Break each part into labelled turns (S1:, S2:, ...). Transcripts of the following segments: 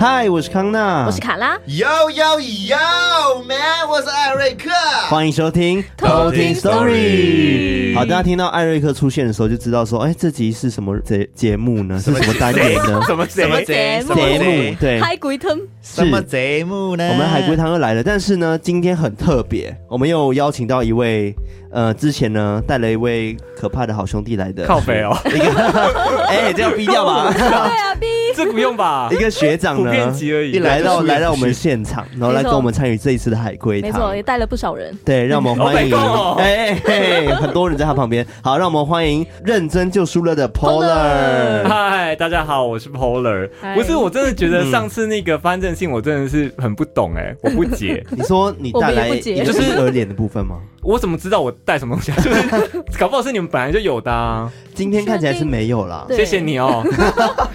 S1: 嗨，我是康
S2: 啊
S1: 纳，
S3: 我是卡拉，
S4: Yo yo yo man，我是艾瑞克。
S1: 欢迎收听
S3: 偷听 Story
S1: 好，大家听到艾瑞克出现的时候，就知道说，哎，这集是什么节节目呢？是什么单元呢？
S4: 什么贼
S3: 什么贼
S4: 什么
S1: 节目
S4: 贼
S1: 对，
S3: 嗨鬼汤，
S1: 是
S4: 什么贼目呢？
S1: 我们海龟汤又来了，但是呢，今天很特别，我们又邀请到一位，呃，之前呢带了一位可怕的好兄弟来的，
S2: 靠北哦，
S1: 一个， 哎，这要逼掉吧，
S3: 对啊，B，
S2: 这不用吧
S1: 一？个学长
S2: 普
S1: 呢，
S2: 遍级而已。
S4: 一
S1: 来到
S4: 来就出
S1: 来到
S4: 也
S1: 我
S4: 不
S1: 们
S4: 是
S1: 现场，然后来
S3: 没错
S1: 跟我们参与这一次的海龟
S3: 没错，
S1: 汤
S3: 也。带了不少人。
S1: 对，让我们欢迎，
S2: 好北共哦
S1: 哎、嘿，很多人在他旁边。好，让我们欢迎认真就输了的 Polar。
S2: 嗨，大家好，我是 Polar
S3: 嗨。
S2: 不是，我真的觉得上次那个翻正信，我真的是很不懂哎、我不 解，
S1: 你说你带来
S3: 我们也不解
S1: 就是耳脸的部分吗？
S2: 我怎么知道我带什么东西啊？ 就是搞不好是你们本来就有的、啊。
S1: 今天看起来是没有啦。
S3: 对
S2: 谢谢你 哦。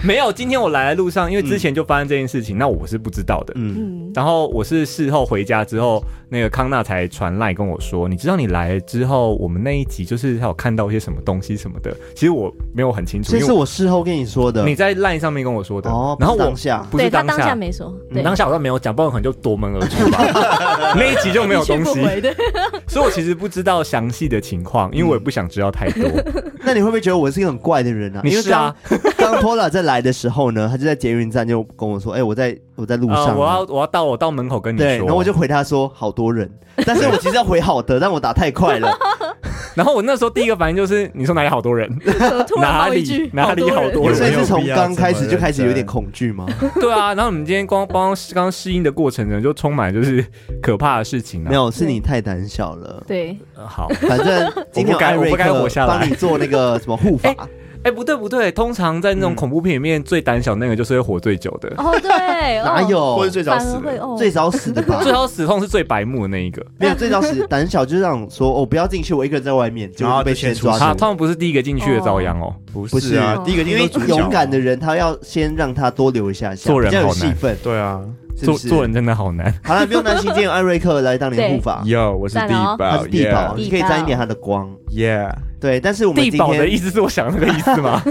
S2: 没有，今天我来的路上，因为之前就发生这件事情，那我是不知道的。
S1: 嗯，
S3: 嗯，
S2: 然后我是事后回家之后，那个康纳才传赖跟我说，你知道你来了之后，我们那一集就是他有看到一些什么东西什么的。其实我没有很清楚，
S1: 这
S2: 因为
S1: 是我事后跟你说的。
S2: 你在 LINE 上面跟我说的，
S1: 哦，
S2: 然后
S1: 不是
S2: 我
S1: 当下
S2: 不
S3: 对
S2: 是
S3: 他
S2: 当
S3: 当下
S2: 下，
S3: 没说，
S2: 嗯
S3: 对，
S2: 当下我倒没有讲，不然我可能就夺门而出 吧。那一集就没有东西
S3: 一去不，回 的，
S2: 所以我其实不知道详细的情况，因为我也不想知道 太多。呃
S1: 那你会不会觉得我是一个很怪的人啊？
S2: 你
S1: 因为
S2: 是啊
S1: 刚，刚 Pola 在来的时候呢，他就在捷运站就跟 我说：“哎、我在我在路上啊、
S2: 啊，我要我要到我到门口跟你
S1: 对，
S2: 说，
S1: 然后我就回他说：“好多人。”但是我其实要回好 的，但我打太快了。
S2: 然后我那时候第一个反应就是，你说哪里好多人？
S3: 怎么突然
S2: 哪
S3: 冒
S2: 里
S3: 一句
S2: 哪里
S3: 好
S2: 好
S3: 人
S2: 多人
S1: 所以
S4: 没
S1: 是
S4: 有
S1: 从
S4: 必要
S1: 刚
S4: 这么
S1: 开始就
S4: 认
S1: 开始有点
S4: 真
S1: 恐惧 吗？
S2: 对啊，然后你们今天光帮刚适应的过程呢，就充满就是可怕的事情啊。
S1: 没有，是
S3: 对
S1: 你太胆小了。
S3: 对，
S2: 呃好，
S1: 反正今天有
S2: 我不该
S1: 艾瑞
S2: 我不该
S1: 克
S2: 活下来
S1: 帮你做那个什么护法，
S2: 哎，不对不对，通常在那种恐怖片里面，最胆小那个就是会活最久的，
S3: 哦 对，哦
S1: 哪有
S4: 或者最早
S3: 反
S4: 死
S3: 而会
S4: 的。
S3: 哦，
S1: 最早死的吧？
S2: 最后死痛是最白目的那一个。
S1: 没有最早死，胆小就是让我说哦，不要进去，我一个人在外面，结
S4: 然
S1: 果
S4: 后
S1: 被
S4: 就先
S1: 先抓
S4: 出
S2: 他
S1: 住
S2: 通。常不是第一个进去的遭殃哦。
S4: 不
S1: 不是
S4: 是啊，第一个
S1: 因
S4: 进
S1: 为
S4: 去都主角
S1: 勇敢的人，他要先让他多留一下下，
S2: 做人
S1: 比较有
S2: 好难
S1: 戏份。
S4: 对啊。
S1: 是
S2: 做
S1: 不是
S2: 做人真的好难。
S1: 好了，不用担心，今天有艾瑞克来当你的护法，
S4: Yo，我是
S3: 赞
S4: 地
S3: 哦
S1: 他
S4: 堡，
S1: 是地堡，
S3: Yeah
S1: 你可以沾一点他的光。
S4: ，Yeah，
S1: 对，但是我们
S2: 地
S1: 今
S2: 宝的
S1: 天
S2: 意思是我想的那个意思吗？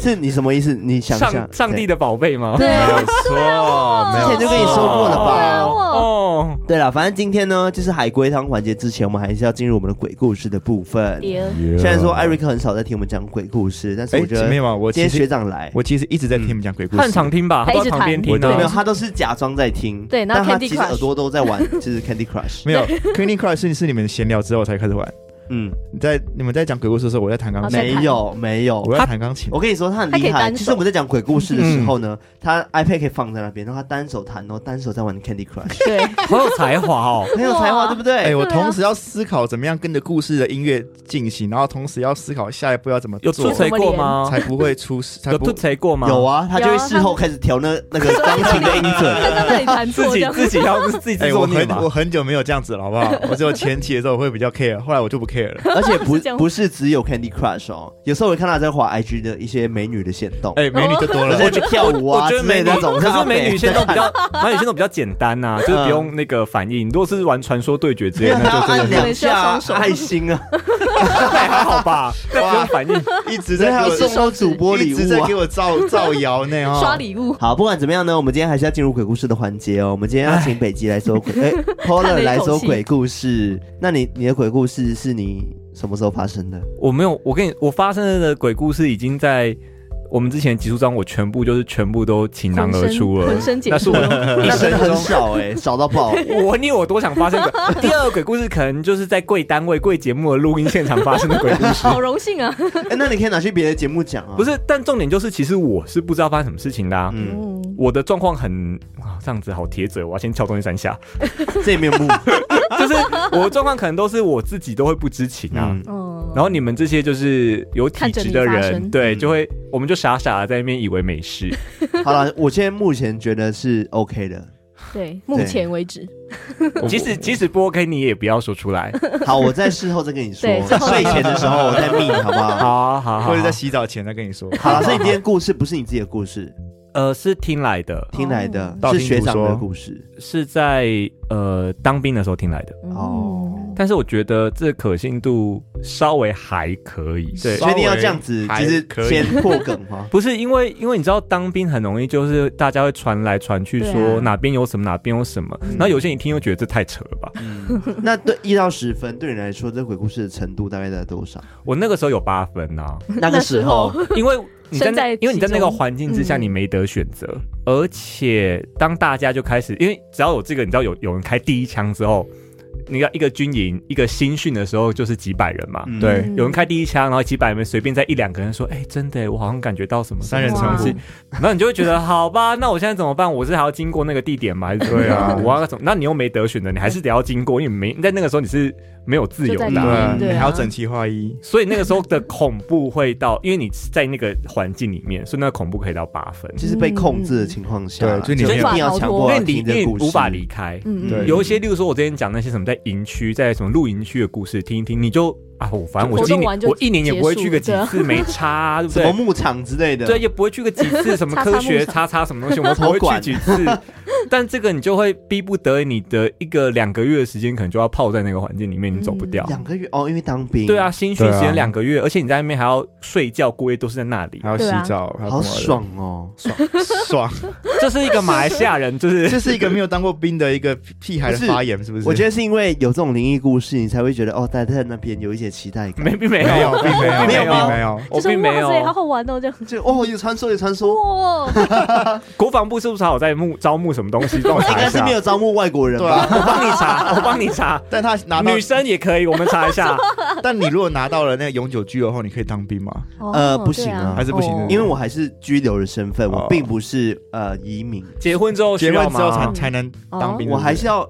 S1: 是你什么意思？你想想
S2: 上，上帝的宝贝吗？
S3: 对
S4: 没
S3: 啊，
S4: 有错，没
S1: 对之
S4: 有
S1: 前就跟你说过了
S3: 对啊
S1: 吧？
S3: 我
S2: 哦，
S1: 对了，反正今天呢，就是海龟汤环节之前，我们还是要进入我们的鬼故事的部分。
S3: 爹
S1: 虽然说艾瑞克很少在听我们讲鬼故事，但是
S4: 哎
S1: 我觉得
S4: 没有啊我
S1: 今天
S4: 其实
S1: 学长嗯来，
S4: 我其实一直在听你们讲鬼故
S2: 他很
S4: 事，
S2: 常听吧，
S3: 他
S2: 他
S3: 一
S2: 都
S3: 直
S2: 在旁边
S3: 弹
S2: 听啊
S4: 我
S1: 对没有，
S2: 呢。
S1: 他都是假装在听，
S3: 对然
S1: 但
S3: 后
S1: 他其
S3: Candy
S1: 实
S3: Crush
S1: 耳朵都在玩， 就是 Candy Crush。
S4: 没有 Candy Crush 是你们闲聊之后才开始玩。
S1: 嗯，
S4: 你在你们在讲鬼故事的时候，我在弹钢
S3: 好
S4: 琴，
S3: 在
S1: 没
S3: 弹
S1: 有没有。
S4: 我在弹钢琴
S1: 我。跟你说，他很
S3: 他可
S1: 厉
S3: 以
S1: 害。
S3: 单手
S1: 其实我们在讲鬼故事的时候呢，他 iPad 可以放在那边，然后他单手弹，然后单手在玩 Candy Crush，
S3: 对，
S2: 好有才华哦！
S1: 很有才华，
S3: 哇
S1: 对不对？啊
S4: 哎、我同时要思考怎么样跟着故事的音乐进行，然后同时要思考下一步要怎么
S2: 有
S4: 做
S2: 出，锤过吗？
S4: 才不会出事，才
S2: 有
S4: 不
S2: 出锤过吗？
S1: 有，啊，他就会
S3: 有啊
S1: 事后开始调那那个钢琴的音准。
S3: 刚刚那里弹
S2: 自
S3: 错这
S2: 己
S3: 样，
S2: 自己要自己
S4: 哎、
S2: 自
S4: 我
S2: 作孽
S4: 很
S2: 嘛
S4: 我。很久没有这样子了，好不好？我只有前期的时候我会比较 care，后来我就不 care 了。
S1: 而且不
S3: 是这样
S1: 不是只有 Candy Crush 哦，有时候我看到他在滑 IG 的一些美女的线动，
S4: 哎、美 女就多了
S1: 我，在去跳舞
S2: 我
S1: 啊
S2: 觉
S1: 之
S2: 得美
S1: 类
S2: 女
S1: 的那种，
S2: 可
S1: 阿
S2: 是
S1: 北
S2: 美女线都比 较，美女线都比较简单呐，就是不
S4: 嗯
S2: 用那个反应。如果是玩传说对决之
S1: 没
S2: 类
S1: 有
S2: 的，
S1: 还要按
S2: 那就
S4: 啊
S2: 真的
S1: 两
S3: 需要
S1: 下
S3: 双手
S1: 爱心 啊，
S2: 还好吧，那不用反应。
S4: 一直
S1: 所以
S4: 在
S1: 还要
S4: 给我
S1: 啊送收主播礼
S4: 一直
S1: 物
S4: 在
S1: 啊
S4: 给。我造造谣呢 哦。
S3: 刷礼物，
S1: 好，不管怎么样呢，我们今天还是要进入鬼故事的环节哦。我们今天要请北极来说 鬼，哎 p o l
S3: 叹
S1: a
S3: 了
S1: r
S3: 一
S1: 来
S3: 口
S1: 说
S3: 气
S1: 鬼故事。那你你的鬼故事是你什么时候发生的？
S2: 我没有，我跟你，我发生的鬼故事已经在我们之前集数章，我全部就是全部都倾囊
S3: 浑
S2: 而出
S3: 身
S2: 了
S3: 浑。身解
S2: 那是
S3: 数
S2: 我，
S1: 那真的很
S2: 中
S1: 少哎，少到爆。
S2: 我你我多想发生 鬼。第二个鬼故事可能就是在贵单位、贵节目的录音现场发生的鬼故 事。
S3: 好荣幸啊！
S1: 哎，那你可以拿去别的节目讲啊。
S2: 不，是，但重点就是，其实我是不知道发生什么事情的、啊。
S1: 嗯，
S3: 嗯，
S2: 我的状况很、啊、这样子好铁嘴，我要先敲东西三下。
S1: 这面目。
S2: 就是我的状况可能都是我自己都会不知情啊。
S1: 嗯，
S3: 哦，
S2: 然后你们这些就是有体质
S3: 看着
S2: 的
S3: 你发
S2: 人，
S3: 生
S2: 对，
S1: 嗯
S2: 就会我们就傻傻的在那边以为没事。
S1: 好了，我现在目前觉得是 OK 的。
S3: 对，目前为止，
S2: 即使即使不 OK，你也不要说出来。
S1: 好，我在事后再跟你说
S3: 对，事后
S1: 睡前的时候我再密，好不好？
S2: 好好好
S4: 或者，在洗澡前再跟你说。
S1: 好了，所以你今天故事不是你自己的故事，
S2: 呃，是听来的，
S1: 听来的
S4: 道
S1: 是
S4: 听
S1: 学
S4: 途
S1: 长的
S4: 说
S1: 故事。
S2: 是在呃当兵的时候听来的。
S1: 哦
S3: 嗯，
S2: 但是我觉得这可信度稍微还可以。对，
S1: 确定要这样子，
S4: 还
S1: 就是
S4: 可以
S1: 先破梗吗？
S2: 不是因为因为你知道当兵很容易就是大家会传来传去
S3: 对啊
S2: 说哪边有什么哪边有什么，
S4: 嗯
S2: 然后有些人一听又觉得这太扯了吧。
S1: 那对一到十分，对你来说，这鬼故事的程度大概在多 少？
S2: 我那个时候有八分啊呐、
S1: 那个时候，
S2: 因为你在
S3: 身在
S2: 那，因为你在那
S3: 其
S2: 个
S3: 中
S2: 环境之下，
S3: 嗯
S2: 你没得选择。而且当大家就开始，因为只要有这个，你知道有有人开第一枪之后，你要一个军营一个新训的时候就是几百人嘛，
S1: 嗯
S2: 对
S3: 嗯，
S2: 有人开第一枪，然后几百人随便在一两个人说，哎、真的耶，我好像感觉到什么
S4: 三人
S2: 什么
S4: 成
S2: 东西
S4: 虎
S3: 哇，
S2: 然后你就会觉得，好吧，那我现在怎么办？我是还要经过那个地点吗？还是怎么
S4: 对啊
S2: 样？我要怎么？那你又没得选择，你还是得要经过，因为没在那个时候你是没有自由的
S3: 就在
S2: 啊、
S3: 家
S4: 啊，
S3: 对啊
S4: 你还要整齐划一，
S2: 所以那个时候的恐怖会到，因为你在那个环境里面，所以那个恐怖可以到八分，
S1: 就是被控制的情况下啦，
S4: 嗯对就你
S1: 一
S4: 没有
S1: 定要强
S2: 因
S1: 迫
S2: 为
S1: 要
S2: 离
S1: 听
S2: 因
S1: 这
S2: 为
S1: 个故事，
S2: 无法离开。
S3: 嗯
S1: 对
S2: 有一些，例如说，我之前讲那些什么在营区、在什么露营区的故事，听一听，你就啊，我反正我
S3: 活
S2: 今
S3: 动
S2: 年
S3: 完就
S2: 我一年也不会去个几
S3: 结束
S2: 次，没差啊，对不
S1: 什么啊
S2: 对？
S1: 牧场之类的，
S2: 对，，也不会去个几 次，什么
S3: 叉叉
S2: 科学
S3: 牧场
S2: 叉叉什么 东西，我不会去几次。 但这个你就会逼不得已你的一个两个月的时间，可能就要泡在那个环境里面，你走不掉。
S1: 两个月哦，因为当兵，
S2: 对啊，，新训时
S4: 对啊
S2: 间两个月，而且你在那边还要睡觉、过夜，都是在那里
S4: 还。要洗
S3: 对啊
S4: 澡，还要
S1: 好
S4: 干嘛的，
S1: 爽哦，
S4: 爽！
S2: 这是一个马来西亚人，就是
S4: 这是一个没有当过兵的一个屁孩的
S1: 不是
S4: 发言，是不是？
S1: 我觉得是因为有这种灵异故事，你才会觉得哦，待在那边有一些期待感，
S2: 没并没
S4: 没
S2: 有，
S4: 有，并没有，
S2: 并没有
S4: 并没有。
S2: 我
S3: 就是
S2: 并没
S3: 哇塞，好
S2: 有。
S3: 好玩哦，这样
S1: 就哦，有传说，有传 说，
S3: 哇，
S2: 国防部是不是还有在募招募什么东西？帮我
S1: 应
S2: 查
S1: 该
S2: 一
S1: 是
S2: 下
S1: 没。有招募外国人
S4: 对
S1: 吧？
S4: 啊，
S2: 我帮你 查，我帮你查。
S4: 但他拿到
S2: 女，生也可以，我们查一下。
S4: 但你如果拿到了那个永久居留后，你可以当兵吗？
S1: 呃
S3: 哦
S1: 不行啊
S4: 还是不行
S3: 哦
S1: 因为我还是居留的身份，
S4: 哦
S1: 我并不是呃移民，
S2: 结婚之后需
S4: 结
S2: 要
S4: 婚之后
S2: 吗
S4: 才？才能当兵，
S1: 我还是
S4: 要。
S1: 要，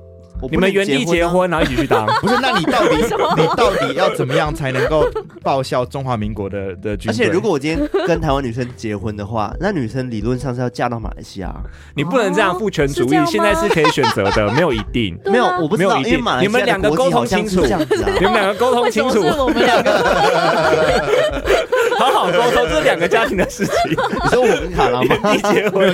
S1: 我不
S2: 你们
S1: 能
S2: 原地结
S1: 啊。
S2: 婚，然后一起去当。
S4: 不是， 那你到底你到底要怎么样才能够报效中华民国的的军
S1: 而
S4: 队？
S1: 且如果我今天跟台湾女生结婚的话，那女生理论上是要嫁到马来西亚，
S2: 你不能这样父权主
S3: 是
S2: 义
S3: 这样，吗
S2: 现在是可以选择的，没有一 定。
S3: 对啊
S1: 没有，我不知
S2: 没
S1: 道，
S2: 有一
S1: 因
S2: 定
S1: 为马来西
S2: 你们
S1: 亚
S2: 两个
S1: 的国籍
S2: 沟通
S1: 好像
S2: 清
S1: 是
S2: 楚
S1: 这样子啊
S2: 你们两个沟通
S3: 为什
S2: 清
S3: 么
S2: 楚
S3: 是，我们两个？
S2: 好好沟通这两个家庭的事情。
S1: 你说我跟卡拉吗？
S2: 原地 结婚，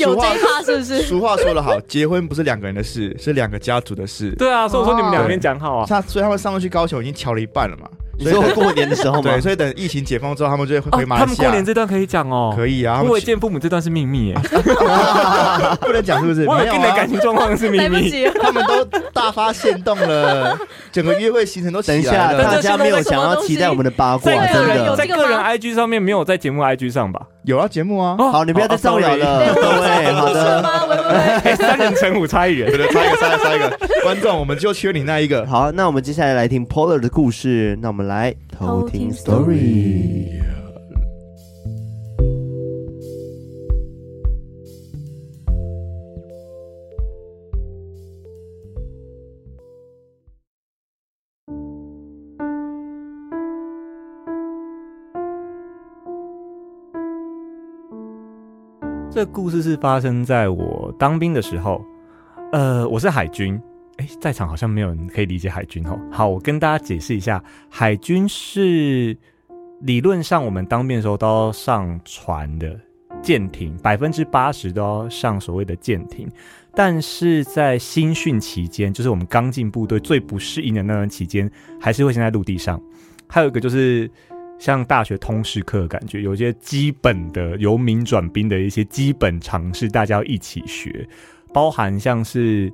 S3: 有这
S4: 呃俗话
S3: 一趴是不 是？
S4: 俗话说得好， 结婚不是两个人的事，是两个家族的事。
S2: 对啊，所以我说你们两边讲好啊。
S4: 他所以他们上去高雄已经瞧了一半了嘛，
S1: 你
S4: 所以
S1: 说
S4: 等
S1: 过年的时候吗？
S4: 对，所以等疫情解封之后，他们就会
S2: 哦
S4: 回马
S2: 他
S4: 来
S2: 们
S4: 西
S2: 过
S4: 亚。
S2: 年这段可以讲哦，
S4: 可以啊，他
S2: 因
S4: 们
S2: 为见父母这段是秘密耶，
S4: 不能讲是不是？
S2: 我
S4: 没
S2: 有
S4: 有
S2: 跟你的
S4: 啊
S2: 感，情状况是秘
S3: 来不
S2: 密。
S3: 及了，
S4: 他们都大发现动了，整个约会行程都起
S1: 等一
S4: 来
S1: 下，
S4: 了
S1: 大
S2: 这
S1: 家没有想要期待我们的八卦
S2: 在
S3: 对，
S2: 个
S1: 真
S2: 人
S3: 有
S1: 的
S2: 在
S3: 这。个吗
S2: 个人 IG 上面没有在节目 IG 上吧？
S4: 有啊节目啊，
S2: 哦
S1: 好，你不要再造谣。
S2: 哦
S1: 了，各位。好
S3: 是
S1: 的，
S3: 吗？喂喂喂，
S2: sorry 哎，三人成虎差一人
S4: 对。对，差一个，差一个，差一个，观众我们就缺你那一个。
S1: 好，那我们接下来来听 Polar 的故事。那我们来偷
S3: 偷
S1: 听
S3: 听
S1: story。
S2: 这故事是发生在我当兵的时候，呃，我是海军。哎，在场好像没有人可以理解海军哦。好，我跟大家解释一下，海军是理论上我们当兵的时候都要上船的舰艇，百分之八十都要上所谓的舰艇。但是在新训期间，就是我们刚进部队最不适应的那段期间，还是会先在陆地上。还有一个就是像大学通识课的感觉，有一些基本的由民转兵的一些基本常识，大家要一起学，包含像是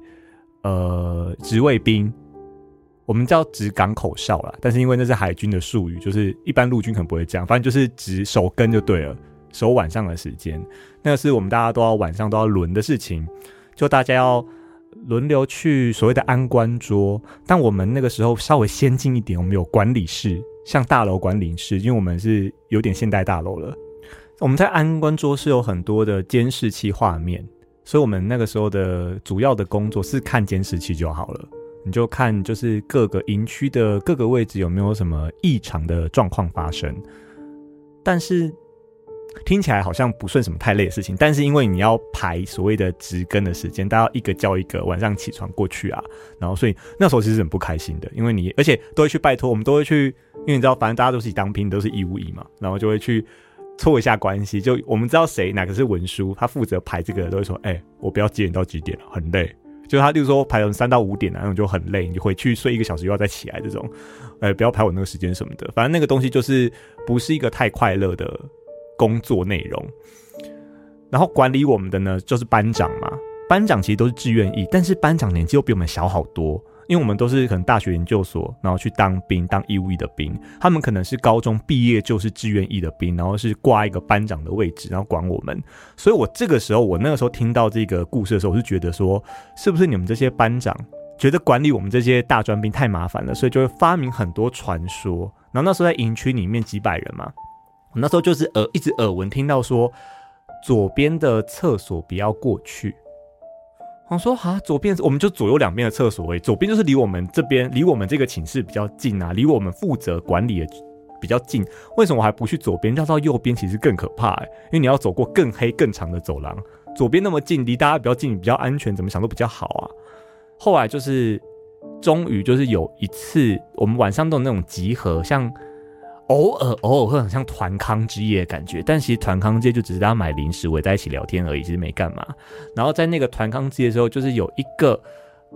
S2: 呃职卫兵，我们叫职港口哨啦，但是因为那是海军的术语，就是一般陆军可能不会这样，反正就是指守根就对了，守晚上的时间，那是我们大家都要晚上都要轮的事情，就大家要。轮流去所谓的安官桌，但我们那个时候稍微先进一点，我们有管理室，像大楼管理室，因为我们是有点现代大楼了。我们在安官桌是有很多的监视器画面，所以我们那个时候的主要的工作是看监视器就好了。你就看就是各个营区的各个位置有没有什么异常的状况发生，但是听起来好像不算什么太累的事情，但是因为你要排所谓的值更的时间，大家要一个叫一个，晚上起床过去啊，然后所以那时候其实很不开心的，因为你而且都会去拜托，我们都会去，因为你知道，反正大家都是一起当兵，都是义务役嘛，然后就会去凑一下关系，就我们知道谁哪个是文书，他负责排这个，都会说，哎、我不要几点到几点了，很累。就是他，例如说排成三到五点啊，那种就很累，你就回去睡一个小时又要再起来这种，呃，不要排我那个时间什么的。反正那个东西就是不是一个太快乐的工作内容。然后管理我们的呢，就是班长嘛。班长其实都是志愿役，但是班长年纪又比我们小好多，因为我们都是可能大学研究所，然后去当兵，当义务役的兵。他们可能是高中毕业就是志愿役的兵，然后是挂一个班长的位置，然后管我们。所以我这个时候，我那个时候听到这个故事的时候，我是觉得说，是不是你们这些班长觉得管理我们这些大专兵太麻烦了，所以就会发明很多传说。然后那时候在营区里面几百人嘛，我那时候就是耳一直耳闻听到说，左边的厕所不要过去。我说啊，左边我们就左右两边的厕所而已，左边就是离我们这边离我们这个寝室比较近啊，离我们负责管理的比较近。为什么我还不去左边？绕到右边其实更可怕、欸，因为你要走过更黑更长的走廊。左边那么近，离大家比较近，比较安全，怎么想都比较好啊。后来就是，终于就是有一次，我们晚上都有那种集合，像偶尔偶尔会很像团康之夜的感觉，但其实团康之夜就只是大家买零食围在一起聊天而已，其实没干嘛。然后在那个团康之夜的时候，就是有一个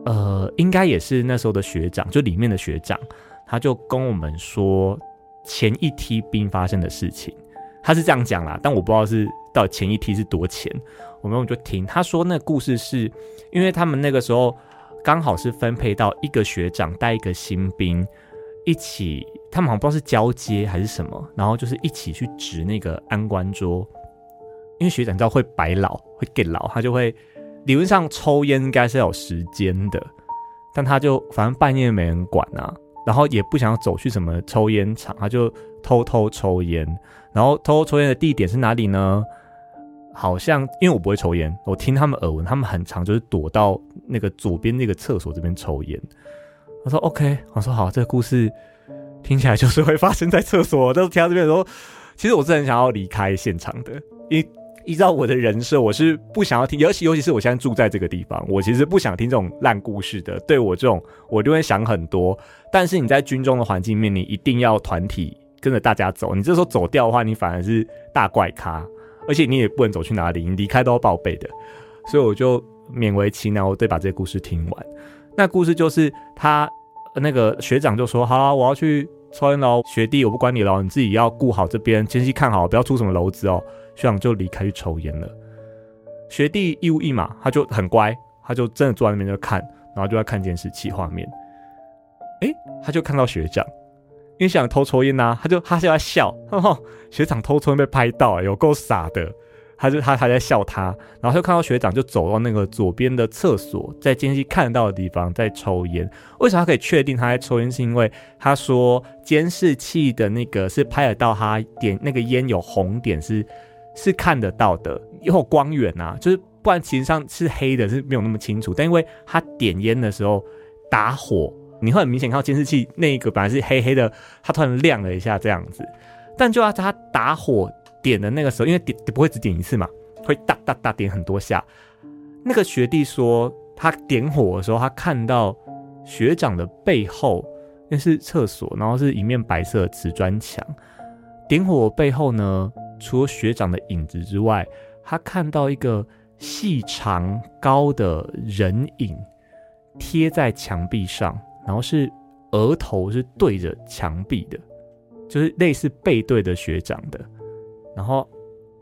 S2: 呃，应该也是那时候的学长，就里面的学长，他就跟我们说前一梯兵发生的事情。他是这样讲啦，但我不知道是到底前一梯是多前，我们我们就听他说那个故事是因为他们那个时候刚好是分配到一个学长带一个新兵一起，他们好像不知道是交接还是什么，然后就是一起去值那个安官桌，因为学长你知道会白老会 get 老，他就会理论上抽烟应该是要有时间的，但他就反正半夜没人管啊，然后也不想要走去什么抽烟场，他就偷偷抽烟，然后偷偷抽烟的地点是哪里呢？好像因为我不会抽烟，我听他们耳闻，他们很常就是躲到那个左边那个厕所这边抽烟。我说 OK，我说好，这个故事听起来就是会发生在厕所。但是听到这边的时候，其实我是很想要离开现场的，因为依照我的人设，我是不想要听，尤其尤其是我现在住在这个地方，我其实不想听这种烂故事的。对我这种，我就会想很多。但是你在军中的环境里面，你一定要团体跟着大家走，你这时候走掉的话，你反而是大怪咖，而且你也不能走去哪里，你离开都要报备的。所以我就勉为其难，我得把这个故事听完。那故事就是他呃那个学长就说：“好啦我要去抽烟喽，学弟，我不管你喽，你自己要顾好这边，前期看好，不要出什么篓子哦。”学长就离开去抽烟了。学弟义务一嘛，他就很乖，他就真的坐在那边就看，然后就在看监视器画面。诶，他就看到学长，因为想偷抽烟呐、啊他就他就在笑， 然后学长偷抽烟被拍到、哎有够傻的。他就他他在笑他，然后就看到学长就走到那个左边的厕所，在监视器看得到的地方在抽烟。为什么他可以确定他在抽烟？是因为他说监视器的那个是拍得到他点那个烟有红点是是看得到的，也有光源啊，就是不然其实上是黑的，是没有那么清楚。但因为他点烟的时候打火，你会很明显看到监视器那个本来是黑黑的，它突然亮了一下这样子。但就要他打火点的那个时候，因为点不会只点一次嘛，会哒哒哒点很多下。那个学弟说，他点火的时候，他看到学长的背后那是厕所，然后是一面白色的瓷砖墙。点火背后呢，除了学长的影子之外，他看到一个细长高的人影贴在墙壁上，然后是额头是呃对着墙壁的，就是类似背对着学长的。然后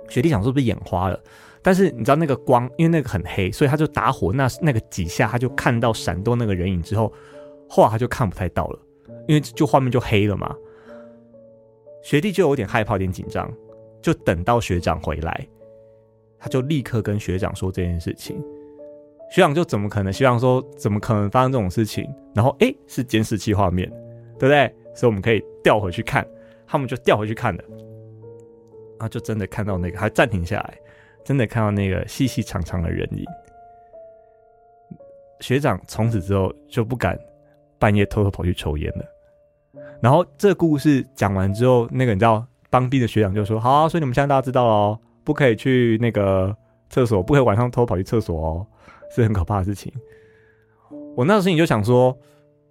S2: 学弟想是不是眼花了，但是你知道那个光，因为那个很黑，所以他就打火那那个几下，他就看到闪动那个人影之后，后来他就看不太到了，因为就画面就黑了嘛。学弟就有点害怕，有点紧张，就等到学长回来，他就立刻跟学长说这件事情。学长就怎么可能？学长说怎么可能发生这种事情？然后诶，是监视器画面，对不对？所以我们可以调回去看，他们就调回去看了。然后就真的看到那个，还暂停下来，真的看到那个细细长长的人影。学长从此之后就不敢半夜偷偷跑去抽烟了。然后这故事讲完之后，那个你知道当兵的学长就说：“好啊、所以你们现在大家知道哦，不可以去那个厕所，不可以晚上偷偷跑去厕所哦，是很可怕的事情。”我那时候心里就想说，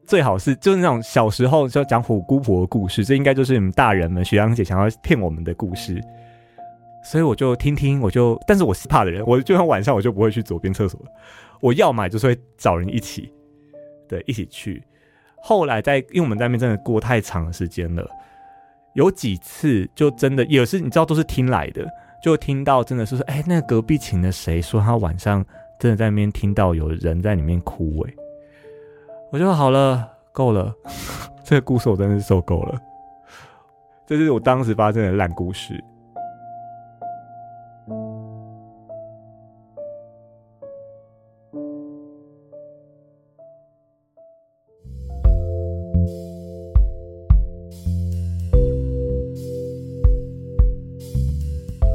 S2: 最好是就是那种小时候就讲虎姑婆的故事，这应该就是你们大人们学长姐想要骗我们的故事。所以我就听听，我就，但是我是怕的人，我就算晚上我就不会去左边厕所了，我要买就是会找人一起，对，一起去。后来在，因为我们在那边真的过太长的时间了，有几次就真的也是你知道都是听来的，就听到真的是说，哎、那个隔壁请的谁说他晚上真的在那边听到有人在里面哭、哎，我就说好了，够了， 这个故事我真的是受够了， 这是我当时发生的烂故事。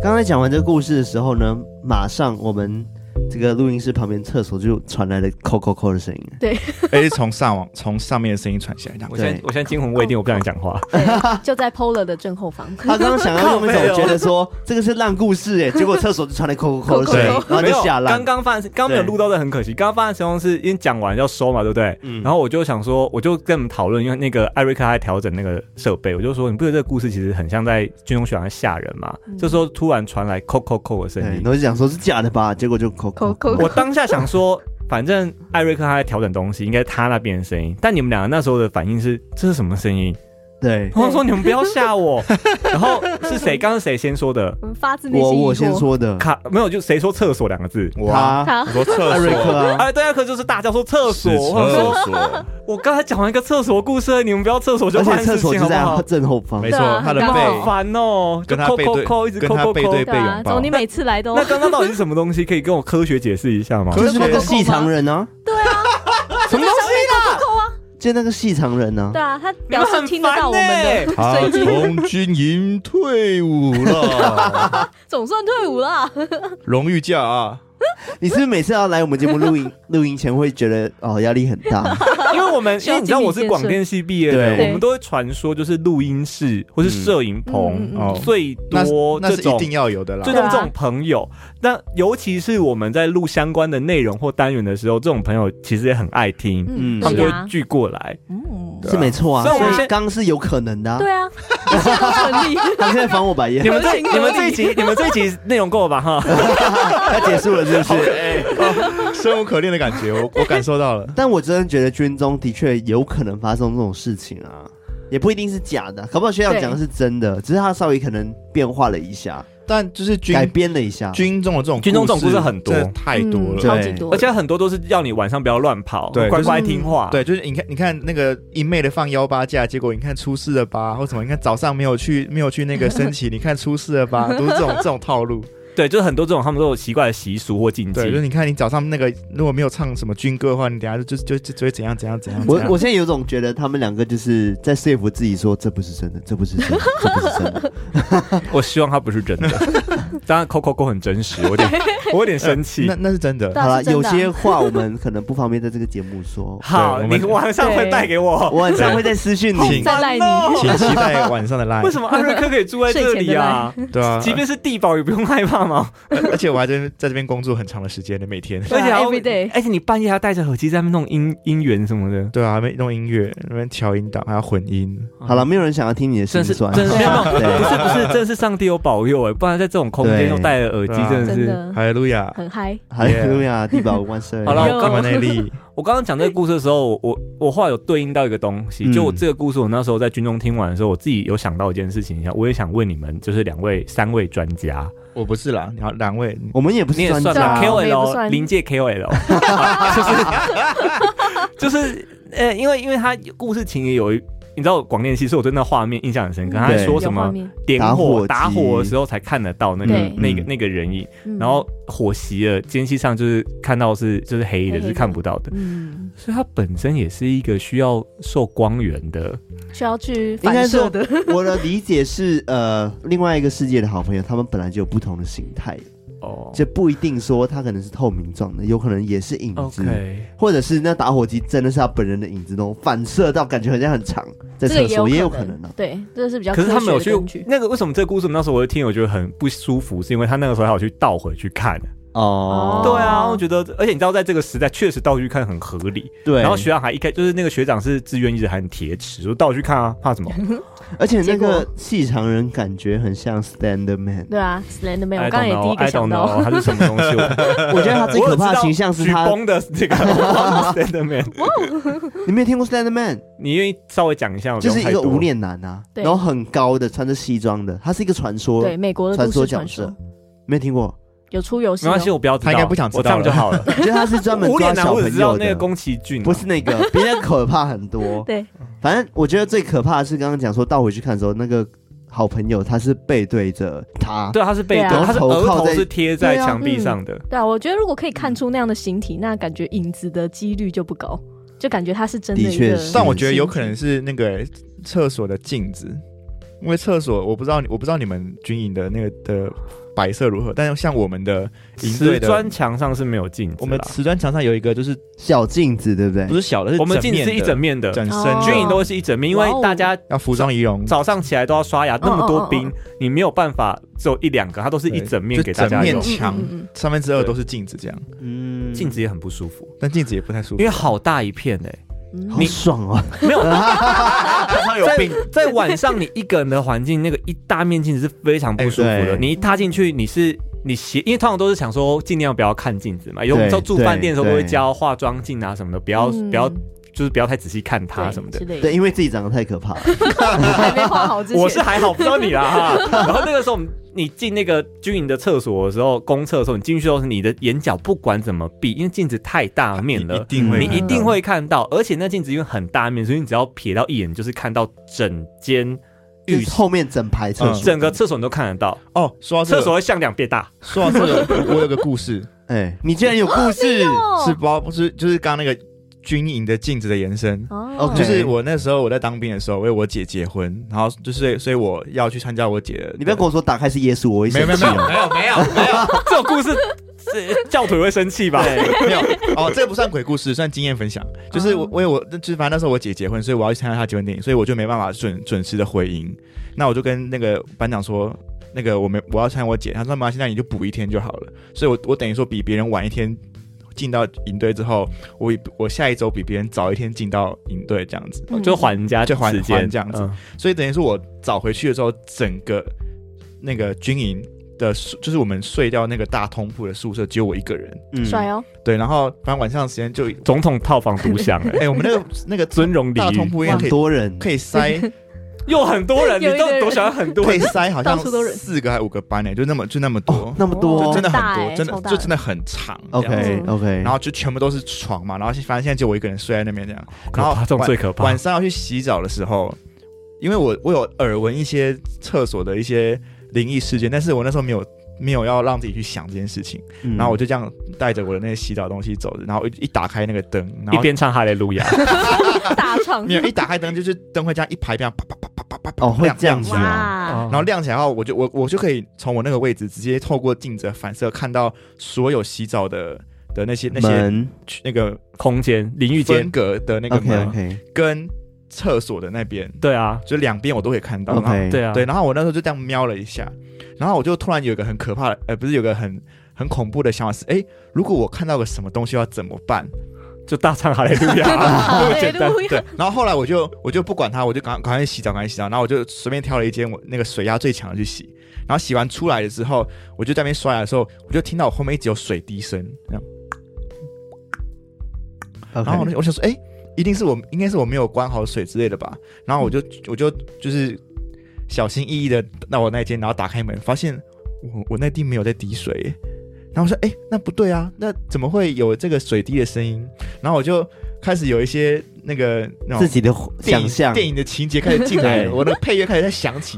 S1: 刚才讲完这个故事的时候呢，马上我们这个录音室旁边厕所就传来了“扣扣扣”的声音。
S4: 而且哎从上往从上面的声音传下来，这样
S2: 我现在我现在惊魂未定，我不想讲话。
S3: 对，就在 Polar 的正后 方。
S1: 他刚刚想要用一种觉得说这个是烂故事哎，结果厕所就传来“扣扣扣”的声音，然后
S2: 没
S1: 就
S2: 有，
S1: 下烂
S2: 刚。刚发现，刚没有录到，这很可惜。刚刚发现的时候是因为讲完要收嘛，对不对？
S1: 嗯
S2: 然后我就想说，我就跟你们讨论，因为那个艾瑞克他在调整那个设备，我就说，你不觉得这个故事其实很像在军中学堂吓人吗？
S3: 嗯
S2: 这时候突然传来扣扣扣的声
S1: 对，然
S2: 音，
S1: 后就讲说是假的吧，结果就扣扣
S3: 扣扣
S2: 我当下想说，反正艾瑞克他在调整东西，应该是他那边的声音。但你们两个那时候的反应是，这是什么声 音？
S1: 对，
S2: 我说你们不要 吓我。然后是谁？刚刚是谁先说的？
S3: 我们发自内
S1: 我
S3: 心疑惑
S1: 我先，说的，
S2: 卡没有，就谁说厕所两个字？
S4: 我啊
S1: 他
S3: 他
S4: 我说厕
S1: 艾瑞克
S4: 所，
S1: 啊，
S2: 哎，对啊，可就是大叫说厕所，
S4: 是
S2: 我想说
S4: 厕所，
S2: 我刚才讲完一个厕所故事，你们不要厕所就
S1: 而
S2: 换
S1: 且厕
S2: 事
S1: 所
S2: 情
S1: 就
S2: 好不
S1: 在
S2: 好？
S1: 正后方
S4: 没。
S3: 对
S4: 错，
S3: 啊
S4: 他的
S3: 很
S2: 好
S3: 刚
S4: 背
S3: 好
S2: 烦哦，就
S4: 跟他
S2: 扣
S4: 背
S2: 扣
S4: 对
S2: 扣，一直
S4: 跟
S2: 扣
S4: 他
S2: 扣
S4: 背
S2: 扣
S4: 对。
S3: 对啊
S4: 被拥，抱
S3: 总你每次来都
S2: 那刚刚到底是什么东西？可以跟我科学解释一 下吗？
S1: 就是那个细长人呢，
S3: 对啊，
S2: 什么东西？
S1: 就那个细长人呢
S3: 对，啊，他表
S2: 你
S3: 示
S2: 们
S3: 听得到我们的，
S2: 很烦
S4: 他
S2: 欸
S4: 从军营退伍 了，
S3: 总算退伍了。
S4: 荣誉假啊，
S1: 你是不是每次要来我们节目录音录音前会觉得哦压力很大？
S2: 因为我们
S3: 需
S2: 因
S3: 要
S2: 为你知道我是广电系毕业的，
S1: 对
S2: 我们都会传说就是录音室或是摄影
S3: 嗯嗯
S2: 棚
S3: 嗯
S4: 哦
S2: 最
S4: 那
S2: 多
S4: 那
S2: 这
S4: 是一
S2: 种
S4: 定要有的啦
S2: 最。
S3: 对
S2: 重
S3: 啊
S2: 这种朋友，那尤其是我们在录相关的内容或单元的时候，这种朋友其实也很爱听，
S1: 嗯
S2: 他们就
S3: 对
S2: 会
S3: 啊，
S2: 聚过来。
S3: 嗯，
S4: 对啊
S1: 是没错啊，
S2: 所以我们
S1: 所以
S2: 现
S1: 刚刚是有可能的啊。
S3: 对啊，一切都成立。
S1: 他现在翻我白眼
S2: 你，们这
S3: 合情合
S2: 你们
S3: 理
S2: 这一集你们这一集内容够了吧？哈，
S1: 他结束了是不是？
S4: 哎，哦生无可恋的感觉，我我感受到了。
S1: 但我真的觉得军中的确有可能发生这种事情啊，也不一定是假的，啊搞不好学长
S3: 对
S1: 讲的是真的，只是他稍微可能变化了一下，
S4: 但就是军
S1: 改编了一下。
S4: 啊军中的这种
S2: 军中这种故事很多
S4: 真的太多
S3: 嗯
S4: 了。
S3: 超级多，
S2: 而且很多都是要你晚上不要乱跑，
S4: 对
S2: 乖乖
S3: 就是
S2: 听话。
S4: 对，就是你看，你看那个一昧的放幺八假，结果你看出事了吧，或什么？你看早上没有去，没有去 那个升旗，你看出事了吧，都是这种这种套路。
S2: 对，就是很多这种他们都有奇怪的习俗或禁
S4: 对，就是
S2: 忌。
S4: 你看你早上那个如果没有唱什么军歌的话，你等下就就就就会怎样怎样怎样。
S1: 我
S4: 怎样
S1: 我现在有种觉得他们两个就是在说服自己说这不是真的，这不是真的，这不是真的。
S2: 我希望它不是 真的，当然扣扣扣很真实，我有点 我有点生气，
S4: 那。那是真的
S3: 对。啊
S1: 好了，
S3: 是真
S1: 有
S3: 的啊
S1: 些话我们可能不方便在这个节目说
S2: 好，
S4: 对我
S2: 你
S4: 们
S2: 晚上会带给我。
S1: 我晚上会在私讯
S4: 请
S1: 你。
S3: 再赖你，
S4: 请期待晚 上的 live。
S2: 为什么艾瑞克可以住在这里啊？
S4: 对啊，
S2: 即便是地堡也不用害怕吗？
S4: 而而且我还真在这边工作很长的时间的，每 天。
S3: 对
S2: 而
S3: 啊
S2: 且还要
S3: everyday
S2: 而且你半夜还要戴着耳机在那边弄音音源什么的，
S4: 对啊，还没弄音乐，那边调音档，还要混音。
S1: 好了，没有人想要听你的心
S2: 真是
S1: 酸。
S4: 啊
S2: 真是没有没有
S1: 对
S2: 不是不是，真是上帝有保佑哎，不然在这种空间
S1: 对
S2: 又戴着耳机，
S4: 对啊
S2: 真的
S3: 真
S2: 是。
S3: 的
S4: 哈利路亚，
S3: 很嗨，
S1: 还有哎呀，地保万岁。
S2: 好了我
S4: 干
S2: 刚
S4: 嘛那 里？
S2: 我刚刚讲这个故事的时候，我我我后来有对应到一个东西，
S1: 嗯
S2: 就我这个故事，我那时候在军中听完的时候，我自己有想到一件事情，我也想问你们，就是两位、三位专家，
S4: 我不是啦，然后两位，
S1: 我们也不
S2: 你
S1: 是
S2: 也
S1: 专
S2: 算
S1: 家
S2: 吧
S1: 啊，
S3: 我也不
S2: ，KOL
S3: 算
S2: 哦临界 KOL，就是 就是呃，因为因为他故事情也有一，你知道广电系，所以我对那画面印象很深刻，他还
S1: 对
S2: 说
S3: 有
S2: 什
S3: 画
S2: 么
S3: 面，
S2: 点
S1: 打
S2: 火
S1: 火
S2: 嗯打
S1: 机
S2: 火的时候才看得到那个
S3: 对
S2: 那个
S1: 嗯
S2: 那个人影，
S3: 嗯
S2: 然后火熄了，间隙上就是看到是就是黑的，
S3: 黑
S2: 是
S3: 的
S2: 看不到的。
S3: 嗯，
S2: 所以它本身也是一个需要受光源的，
S3: 需要去
S1: 应该
S3: 反
S1: 说
S3: 射的，，
S1: 我的理解是，呃，另外一个世界的好朋友，他们本来就有不同的形态，
S2: 哦
S1: 就不一定说他可能是透明状的，有可能也是影子
S2: 哦 OK，
S1: 或者是那打火机真的是他本人的影子，那种反射到感觉好像很长，在
S3: 这个
S1: 厕所也
S3: 有
S1: 有可能啊。
S3: 对，这是比较
S2: 可是他们
S3: 科
S2: 有
S3: 学
S2: 去
S3: 的根据，
S2: 那个为什么这个故事那时候我就听我觉得很不舒服，是因为他那个时候还有去倒回去看，
S1: 哦，
S2: 对啊，我觉得而且你知道在这个时代确实倒回去看很合理，
S1: 对，
S2: 然后学长还一开就是那个学长是志愿一直还很铁齿，说倒回去看啊，怕什么？
S1: 而且那
S3: 结
S1: 个细长人感觉很像 Stand Man，
S3: 对啊，Slender Man，
S2: I
S3: 我刚
S2: don't
S3: 才也第
S2: know，
S3: 一个
S2: I don't
S3: 想
S2: know，
S3: 到，
S2: 它是什么东西？我
S1: 我觉得他最可怕的形象是他
S2: 许，崩的这个 Stand Man，
S1: 你没有听过 Stand Man，
S2: 你愿意稍微讲一下？我不
S1: 就
S2: 用
S1: 是一
S2: 哦太
S1: 个
S2: 多
S1: 无脸男啊，
S3: 对
S1: 然后很高的，穿着西装的，他是一个传说，
S3: 对，美国的
S1: 传
S3: 都
S1: 说
S3: 市
S1: 角
S3: 传
S1: 色
S3: 说，，
S1: 没有听过，
S3: 有出游戏
S2: 没
S3: 哦，
S2: 关系，我不要知
S4: 他
S2: 道，
S4: 应该不想知道
S2: 我这样就好了。
S1: 就是他是专门
S2: 无
S1: 抓
S2: 脸男，
S1: 小
S2: 我只
S1: 朋
S2: 知道
S1: 友
S2: 那个
S1: 的。
S2: 宫崎
S4: 嗯
S2: 骏啊，
S1: 不是那 个，比那个可怕很多。
S3: 对，
S1: 反正我觉得最可怕的是刚刚讲说倒回去看的时候，那个好朋友他是背对着他，
S2: 对，他是背
S3: 对啊
S2: 对，他是
S1: 头
S2: 额
S1: 靠
S2: 头
S1: 在
S2: 是贴在
S1: 对啊
S2: 墙壁
S3: 嗯
S2: 上的。
S3: 对啊，我觉得如果可以看出那样的形体，那感觉影子的几率就不高，就感觉它是真的
S1: 的
S3: 一
S1: 确
S3: 个
S1: 是。
S4: 但我
S2: 嗯
S4: 觉得有可能是那个欸厕所的镜子，因为厕所我不知道，我不知道你们军营的那个的摆设如何，但是像我们的营
S2: 瓷
S4: 队的，
S2: 砖墙上是没有镜子啦，
S4: 我们瓷砖墙上有一个，就是
S1: 小镜子，对不对
S4: 不？是小的，是
S2: 哎我们镜子
S4: 面
S2: 是一
S4: 的
S2: 整面的，
S4: 整身
S3: 哦
S2: 军营
S4: 的，
S2: 都是一整面，因为
S3: 哇哦
S2: 大家
S4: 要服装仪容，
S2: 早上起来都要刷牙，那么多兵
S3: 嗯，
S2: 你没有办法只有一两个，它都是一整面
S4: 对
S2: 给大家
S4: 就整
S2: 用
S4: 面。墙
S3: 嗯嗯嗯嗯
S4: 三分之二
S2: 对
S4: 都是镜子这样，
S1: 嗯，
S2: 镜子也很不舒服，
S4: 但镜子也不太舒服
S2: 因为。好大一片哎、
S3: 嗯
S1: 好爽哦！
S2: 没 有
S4: 他有
S2: 在在晚上你一个人的环境，那个一大面镜子是非常不舒服
S1: 哎
S2: 的。
S1: 对
S2: 你一踏进去，你是你鞋，因为通常都是想说尽量不要看镜子嘛，有
S1: 对
S2: 时候住饭店的时候
S1: 对
S2: 都会教化妆镜啊什么的，不要
S3: 嗯
S2: 不要就是不要太仔细看它
S3: 对
S2: 什么的
S3: 之。类 的
S1: 对，，因为自己长得太可怕了。
S3: 还没画好之前，
S2: 我是还好，不知道你啦哈。然后那个时候我们，你进那个军营的厕所的时候，公厕的时候，你进去都是你的眼角不管怎么闭，因为镜子太大面
S4: 一
S1: 啊
S2: 了，
S4: 定会
S2: 你
S4: 看到，
S2: 一定会看到。而且那镜子因为很大面，所以你只要瞥到一眼，就是看到整间
S1: 就
S2: 浴
S1: 是
S2: 室、
S1: 后面整排厕
S4: 嗯
S1: 所，
S2: 整个厕所你都看得到，
S4: 哦。说到这
S2: 厕
S4: 个，
S2: 所会向两变大。
S4: 说到这个，我我有个故事，
S1: 哎，你 竟然 有故事，
S4: 是包不是就是刚刚那个军营的镜子的延伸。
S3: 哦，
S1: OK
S4: 就是我那时候我在当兵的时候为我姐结婚，然后就是所以我要去参加我姐的。
S1: 你不要跟我说打开是耶稣，我会
S4: 没有
S1: 生
S4: 没有
S1: 气
S4: 没有
S1: 哦。
S4: 没有没有
S2: 这种故事，这教徒会生气吧？
S4: 没 有哦，这个不算鬼故事，算经验分享。
S1: 啊
S4: 就是我因为我就是反正那时候我姐结婚，所以我要去参加她结婚典礼，所以我就没办法准准时的回营。那我就跟那个班长说，那个我没我要参加我姐，他说妈，现在你就补一天就好了。所以我我等于说比别人晚一天。进到营队之后，我我下一周比别人早一天进到营队这样子，
S3: 嗯
S2: 就还人家
S4: 就还
S2: 时间
S4: 还这样子
S2: 嗯
S4: 所以等于是我早回去的时候，整个那个军营的宿，就是我们睡掉那个大通铺的宿舍，只有我一个人。
S1: 嗯
S3: 帅哦，
S4: 对，然后反正晚上的时间就，
S2: 总统套房独 享，哎
S4: 哎、我们那个那个
S2: 尊荣礼
S4: 大通
S2: 遇，
S4: 铺应该可
S1: 很
S4: 以
S1: 多人，
S4: 可以塞，
S2: 又很多人，你
S3: 有一个
S2: 都多
S3: 人
S2: 喜欢很多
S4: 可以
S2: 人。
S4: 塞，好像
S3: 到处都人
S4: 四个还五个班呢、就那么就那么多，
S1: 哦那么
S4: 就
S1: 多
S4: 真的很
S3: 很大
S4: 多，
S3: 欸
S4: 真的
S3: 超大
S4: 就
S3: 的
S4: 真的很长。这样子
S1: ，OK
S3: 嗯
S1: OK，
S4: 然后就全部都是床嘛，然后反正现在就我一个人睡在那边这样。
S2: 可
S4: 然后
S2: 怕这种最可怕。
S4: 晚上要去洗澡的时候，因为我我有耳闻一些厕所的一些灵异事件，但是我那时候没有没有要让自己去想这件事情，
S1: 嗯
S4: 然后我就这样带着我的那些洗澡东西走着，然后一一打开那个灯，然
S2: 一
S4: 后
S2: 边唱哈利路亚，
S3: 大唱
S4: 没有一打开灯就是灯会这样一排这样啪啪啪啪啪啪啪
S1: 哦会
S4: 亮
S1: 这样子
S4: 亮起来
S1: 啊，
S3: 哇，
S2: 哦
S4: 然后亮起来后，我就我我就可以从我那个位置直接透过镜子的反射看到所有洗澡的的那些那些
S1: 门
S4: 区那个
S2: 空间淋浴
S4: 间
S2: 间，
S4: 隔的那个
S1: ，OK
S4: 门
S1: OK
S4: 跟厕所的那边，
S2: 对啊，
S4: 就两边我都可以看到。然后
S1: OK，
S2: 对啊，
S4: 哎对，，然后我那时候就这样瞄了一下，然后我就突然有一个很可怕的，呃，不是有个很很恐怖的想法是，哎，如果我看到个什么东西要怎么办？
S2: 就大唱哈利路 亚，
S3: 哈
S2: 简
S3: 利
S2: 单
S3: 路亚
S4: 对，然后后来我就我就不管它，我就赶赶快去洗澡，赶快去洗澡，然后我就随便挑了一间我那个水压最强的去洗，然后洗完出来的时候，我就在那边刷牙的时候，我就听到我后面一直有水滴声，这样然后我
S1: OK，
S4: 就我想说，哎、一定是我，应该是我没有关好水之类的吧。然后我就
S1: 嗯
S4: 我就就是小心翼翼的到我那间，然后打开门，发现我我那地没有在滴水耶。然后我说，哎、那不对啊，那怎么会有这个水滴的声音？然后我就开始有一些那个那
S1: 自
S4: 种
S1: 己的
S4: 电影
S1: 想象，
S4: 电影的情节开始进 来
S1: 对
S4: 了，我的配乐开始在响起。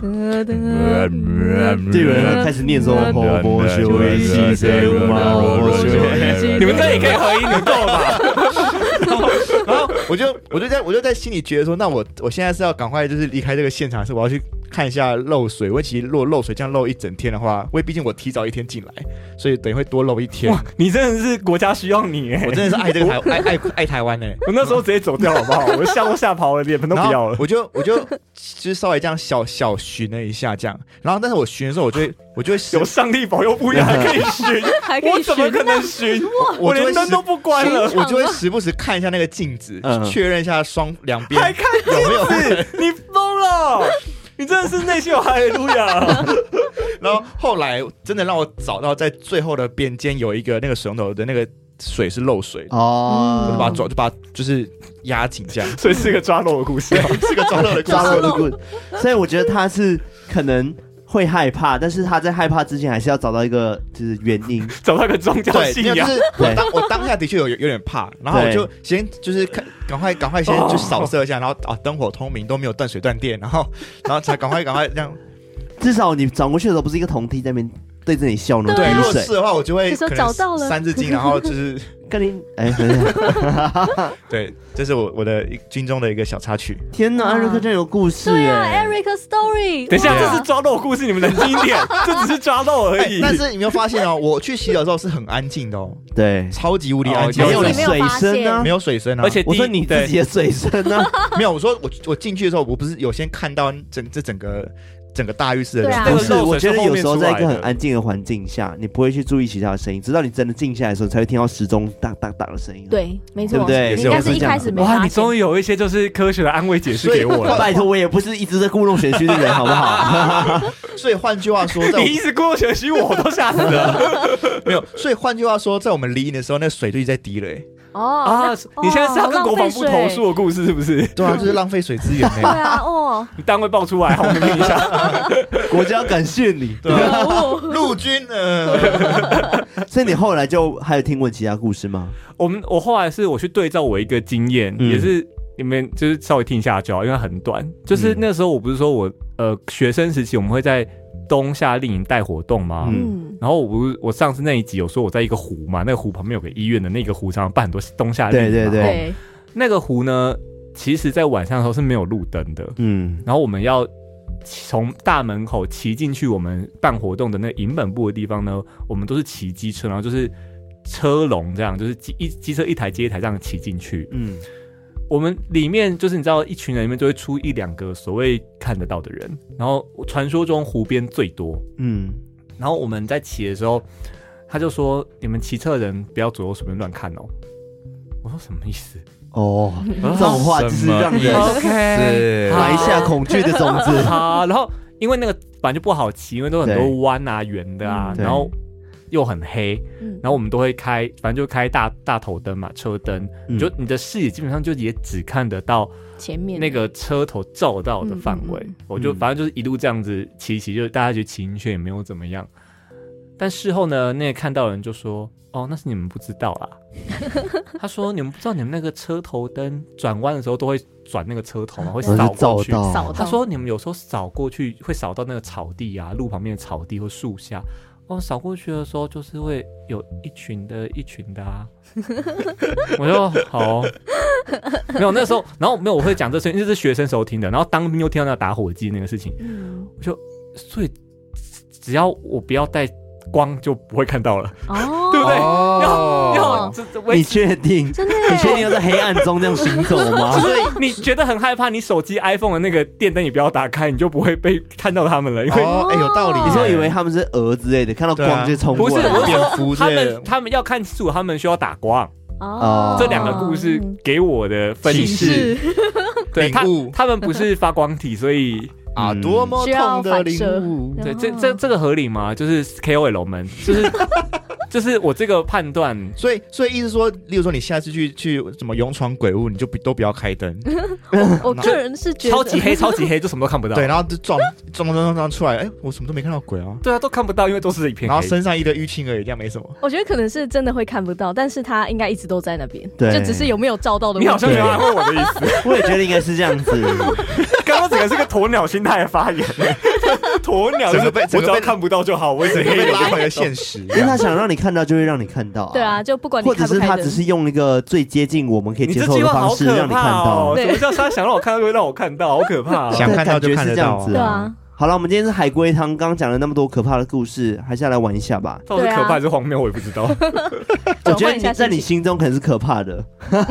S1: 对有人开始念说，我不学习谁我不学习
S2: 你们这也可以合音，你们够 了吧？
S4: 然后我就我就在我就在心里觉得说，那我我现在是要赶快就是离开这个现场，是我要去看一下漏水。因为其实如果漏水这样漏一整天的话，因为毕竟我提早一天进来，所以等于会多漏一天。
S2: 哇，你真的是国家需要你哎
S4: 我！ 真的是爱这个台爱爱爱台湾呢、
S2: 我那时候直接走掉好不好？我吓都吓跑了，脸盆都
S4: 然
S2: 不
S4: 后
S2: 要了。
S4: 我就我就就是稍微这样小小寻了一下这样，然后但是我寻的时候，我就会我就会时
S2: 有上帝保佑不一样，还可以寻，
S3: 还可
S2: 我
S3: 以
S2: 怎么
S3: 学
S2: 可能寻？我
S4: 我就
S2: 连
S4: 会
S2: 灯
S4: 时
S2: 都不关了，
S4: 我就会时不时看一下那个镜子
S1: 嗯，
S4: 确认一下双两边
S2: 还看
S4: 有没有。
S2: 字？你疯了！你真的是内心有哈利路 亚哦，，
S4: 然后后来真的让我找到在最后的边间有一个那个水龙头的那个水是漏水的，我就把
S1: 哦
S4: 它，抓，就把它就是压紧这样
S2: 所以是一个抓漏的故事
S4: 对
S2: 啊。，
S4: 是个抓漏的故
S1: 抓
S4: 事。
S1: 到这个，所以我觉得他是可能会害怕，但是他在害怕之前还是要找到一个就是原因。
S2: 找到一个宗教
S4: 对，
S2: 信
S4: 没有就
S2: 仰，
S4: 是我当我当下的确有有有点怕，然后我
S1: 对
S4: 就先就是看赶快赶快先
S2: 哦
S4: 去扫射一下，然后啊灯火通明都没有断水断电，然后然后才赶快赶快这样。
S1: 至少你转过去的时候，不是一个铜梯在那边对着你笑那种
S4: 对，如果
S1: 滴
S4: 是
S1: 水，
S4: 的话，我就会
S3: 就说
S4: 可能
S3: 找到了
S4: 三字经，然后就是
S1: 跟你哎，等一下
S4: 对，这是我我的一军中的一个小插曲。
S1: 天哪，
S3: 哇
S1: 艾瑞克真有故事
S3: 对啊
S1: 哎！
S3: ，Eric Story。
S2: 等一下，
S3: 哇
S4: 啊
S2: 这是抓漏故事，你们冷静一 点，这只是抓漏而
S4: 哎
S2: 已。
S4: 但是你有没有发现哦，我去洗澡之后是很安静的哦，
S1: 对，
S4: 超级无敌
S2: 哦
S4: 安静，
S1: 没有
S3: 你
S1: 你
S3: 没有
S1: 水
S3: 发
S1: 声啊
S3: 现
S4: 没，有水声啊，
S2: 而且第
S1: 我
S2: 一
S1: 说你自己的水声啊呢？
S4: 没有，我说我我进去的时候，我不是有先看到整这整个整个大浴室的
S3: 对
S4: 人，
S3: 啊
S1: 不
S2: 那个
S1: 是，
S2: 漏水
S1: 我觉得
S2: 是后
S1: 有
S2: 面
S1: 时候
S2: 出
S1: 在一
S2: 来
S1: 个很
S2: 的
S1: 安静的环境下，你不会去注意其他的声音，直到你真的静下来的时候，你才会听到时钟当当当的声音。，啊
S3: 对，没
S1: 对不
S3: 错，
S1: 对
S3: 你应该是一
S1: 也是有
S3: 开始没
S2: 哇，
S3: 发
S2: 你终
S3: 现。
S2: 于有一些就是科学的安慰解释给我了。
S1: 拜托，我也不是一直在故弄玄虚的人，好不好？
S4: 所以换句话说，在我
S2: 你 一直过学习，我都吓死了
S4: 没有，所以换句话说，在我们离营的时候，那个水就一直在滴了、欸。
S3: 哦
S2: 啊！
S3: 那
S2: 你现在是要跟国防部投？
S3: 哦浪费水
S2: 诉的故事是不是？
S4: 对啊，就是浪费水资源、
S3: 对
S4: 欸。
S3: 啊，哦，
S2: 你单位报出来，好，我们听一下。
S1: 国家感谢你。
S4: 对啊，
S3: 可恶
S4: 陆军呃呢？
S1: 所以你后来就还有听闻其他故事吗？
S2: 我们我后来是我去对照我一个经验，
S1: 嗯
S2: 也是你们就是稍微听一下就好，因为它很短。就是
S1: 嗯
S2: 那时候我不是说我呃学生时期我们会在冬夏令营带活动吗？
S1: 嗯
S3: 嗯，
S2: 然后我不是我上次那一集有说我在一个湖嘛，那个湖旁边有个医院的那个湖上办很多冬夏令营嘛，
S1: 对对
S3: 对，
S2: 那个湖呢，其实在晚上的时候是没有路灯的，
S1: 嗯，
S2: 然后我们要从大门口骑进去我们办活动的那个营本部的地方呢，我们都是骑机车，然后就是车龙这样，就是机一机车一台接一台这样骑进去。
S1: 嗯，
S2: 我们里面就是你知道，一群人里面就会出一两个所谓看得到的人，然后传说中湖边最多。
S1: 嗯，
S2: 然后我们在骑的时候，他就说：“你们骑车的人不要左右随便乱看哦。”我说什么意思？
S1: 哦，
S2: 这
S1: 这种话就是让人
S2: OK，
S1: 埋下恐惧的种 子。
S2: 好，然后因为那个本来就不好骑，因为都很
S1: 对
S2: 多弯啊、圆的啊，
S1: 对
S2: 然后又很黑，
S3: 嗯
S2: 然后我们都会开，反正就开大大头灯嘛，车灯，
S1: 嗯
S2: 你就你的视野基本上就也只看得到
S3: 前面
S2: 那个车头照到的范围。
S3: 嗯嗯
S2: 我就
S1: 嗯
S2: 反正就是一路这样子骑骑，就是大家觉得骑进去也没有怎么样。但事后呢，那个看到的人就说：“哦，那是你们不知道啦。” 他说：“你们不知道你们那个车头灯转弯的时候都会转那个车头嘛，会
S1: 我哦
S2: 扫
S1: 是
S2: 过
S1: 照
S2: 去。”
S1: 到，
S3: 扫到，
S2: 哦他说你们有时候扫过去会扫到那个草地啊，路旁边的草地或树下。哦，扫过去的时候就是会有一群的一群的啊。我就好，没有那时候，然后没有我会讲这事情，因为这是学生时候听的，然后当兵又听到那打火机那个事情，
S3: 嗯，
S2: 所以只只要我不要带光就不会看到了，
S3: 哦，
S2: 对不对？
S4: 哦
S2: 要要这这
S1: 你
S2: 维持。
S1: 确定？
S3: 真的
S1: 你确定
S3: 耶，
S1: 要在黑暗中这样行走吗？
S2: 你觉得很害怕，你手机 iPhone 的那个电灯也不要打开，你就不会被看到他们了，因为
S4: 哦，哎、有道理、
S1: 你说以为
S4: 哎
S1: 他们是鹅之类的，看到
S4: 对啊
S1: 光就冲
S2: 不
S1: 过
S2: 是，
S1: 来？
S2: 我是
S4: 蝙
S2: 说
S4: 蝠之
S2: 他
S4: 类的
S2: 们他们要看清楚，他们需要打光。
S1: 哦
S2: 这两个故事
S3: 嗯
S2: 给我的分
S4: 启
S2: 析，
S4: 示
S2: 对他
S4: 领悟
S2: 他们不是发光体，所以
S4: 啊，
S1: 嗯
S4: 多么
S3: 需要
S4: 痛的
S3: 反
S4: 领
S3: 射
S4: 悟。
S2: 对
S3: 哦
S2: 这这这个合理吗？就是 KOL 们，就是 就是我这个判断，
S4: 所以，所以意思说，例如说，你下次去去什么勇闯鬼屋，你就不都不要开灯，
S3: 我个人是觉得
S2: 超级黑，超级黑，就什么都看不到。
S4: 对，然后就撞撞撞撞撞出来，哎、我什么都没看到鬼啊，
S2: 对啊，都看不到，因为都是一片
S4: 然后
S2: 黑。
S4: 身上一堆淤青而已，这样没什么。
S3: 我觉得可能是真的会看不到，但是他应该一直都在那边，
S1: 对
S3: 就只是有没有照到的问题。
S2: 你好像没有安慰我的意 思，
S1: 我也觉得应该是这样子。
S2: 刚刚整个是个鸵鸟心态的发言，鸵鸟 就
S4: 整个被
S2: 是我只
S4: 整
S2: 要
S4: 个被
S2: 看不到就好，我只
S4: 整个
S2: 黑
S4: 被拉
S2: 了。
S4: 回了现实，
S1: 因为他想让你看到，就会让你看到、
S3: 对啊，，就不管你
S1: 或者
S3: 开不
S1: 是
S3: 开
S1: 他
S3: 灯
S1: 只是用一个最接近我们可以
S2: 你
S1: 接
S2: 这
S1: 受
S2: 句
S1: 的
S2: 话
S1: 方
S2: 好
S1: 式
S2: 可
S1: 让你看
S2: 怕
S1: 到
S2: 哦！。
S3: 对
S2: 什么叫他想让我看到就会让我看到？好可怕哦！
S4: 想看到就看得到啊
S1: 对
S3: 对啊，
S1: 好了，我们今天是海龟汤，刚刚讲了那么多可怕的故事，还是要来玩一下吧。
S2: 到底
S3: 对
S2: 是
S3: 啊
S2: 可 怕还是荒谬，我也不知道。
S1: 我
S3: 转
S1: 觉
S3: 换
S1: 得
S3: 一下
S1: 你在
S3: 心
S1: 你
S3: 情
S1: 心中可能是可怕的。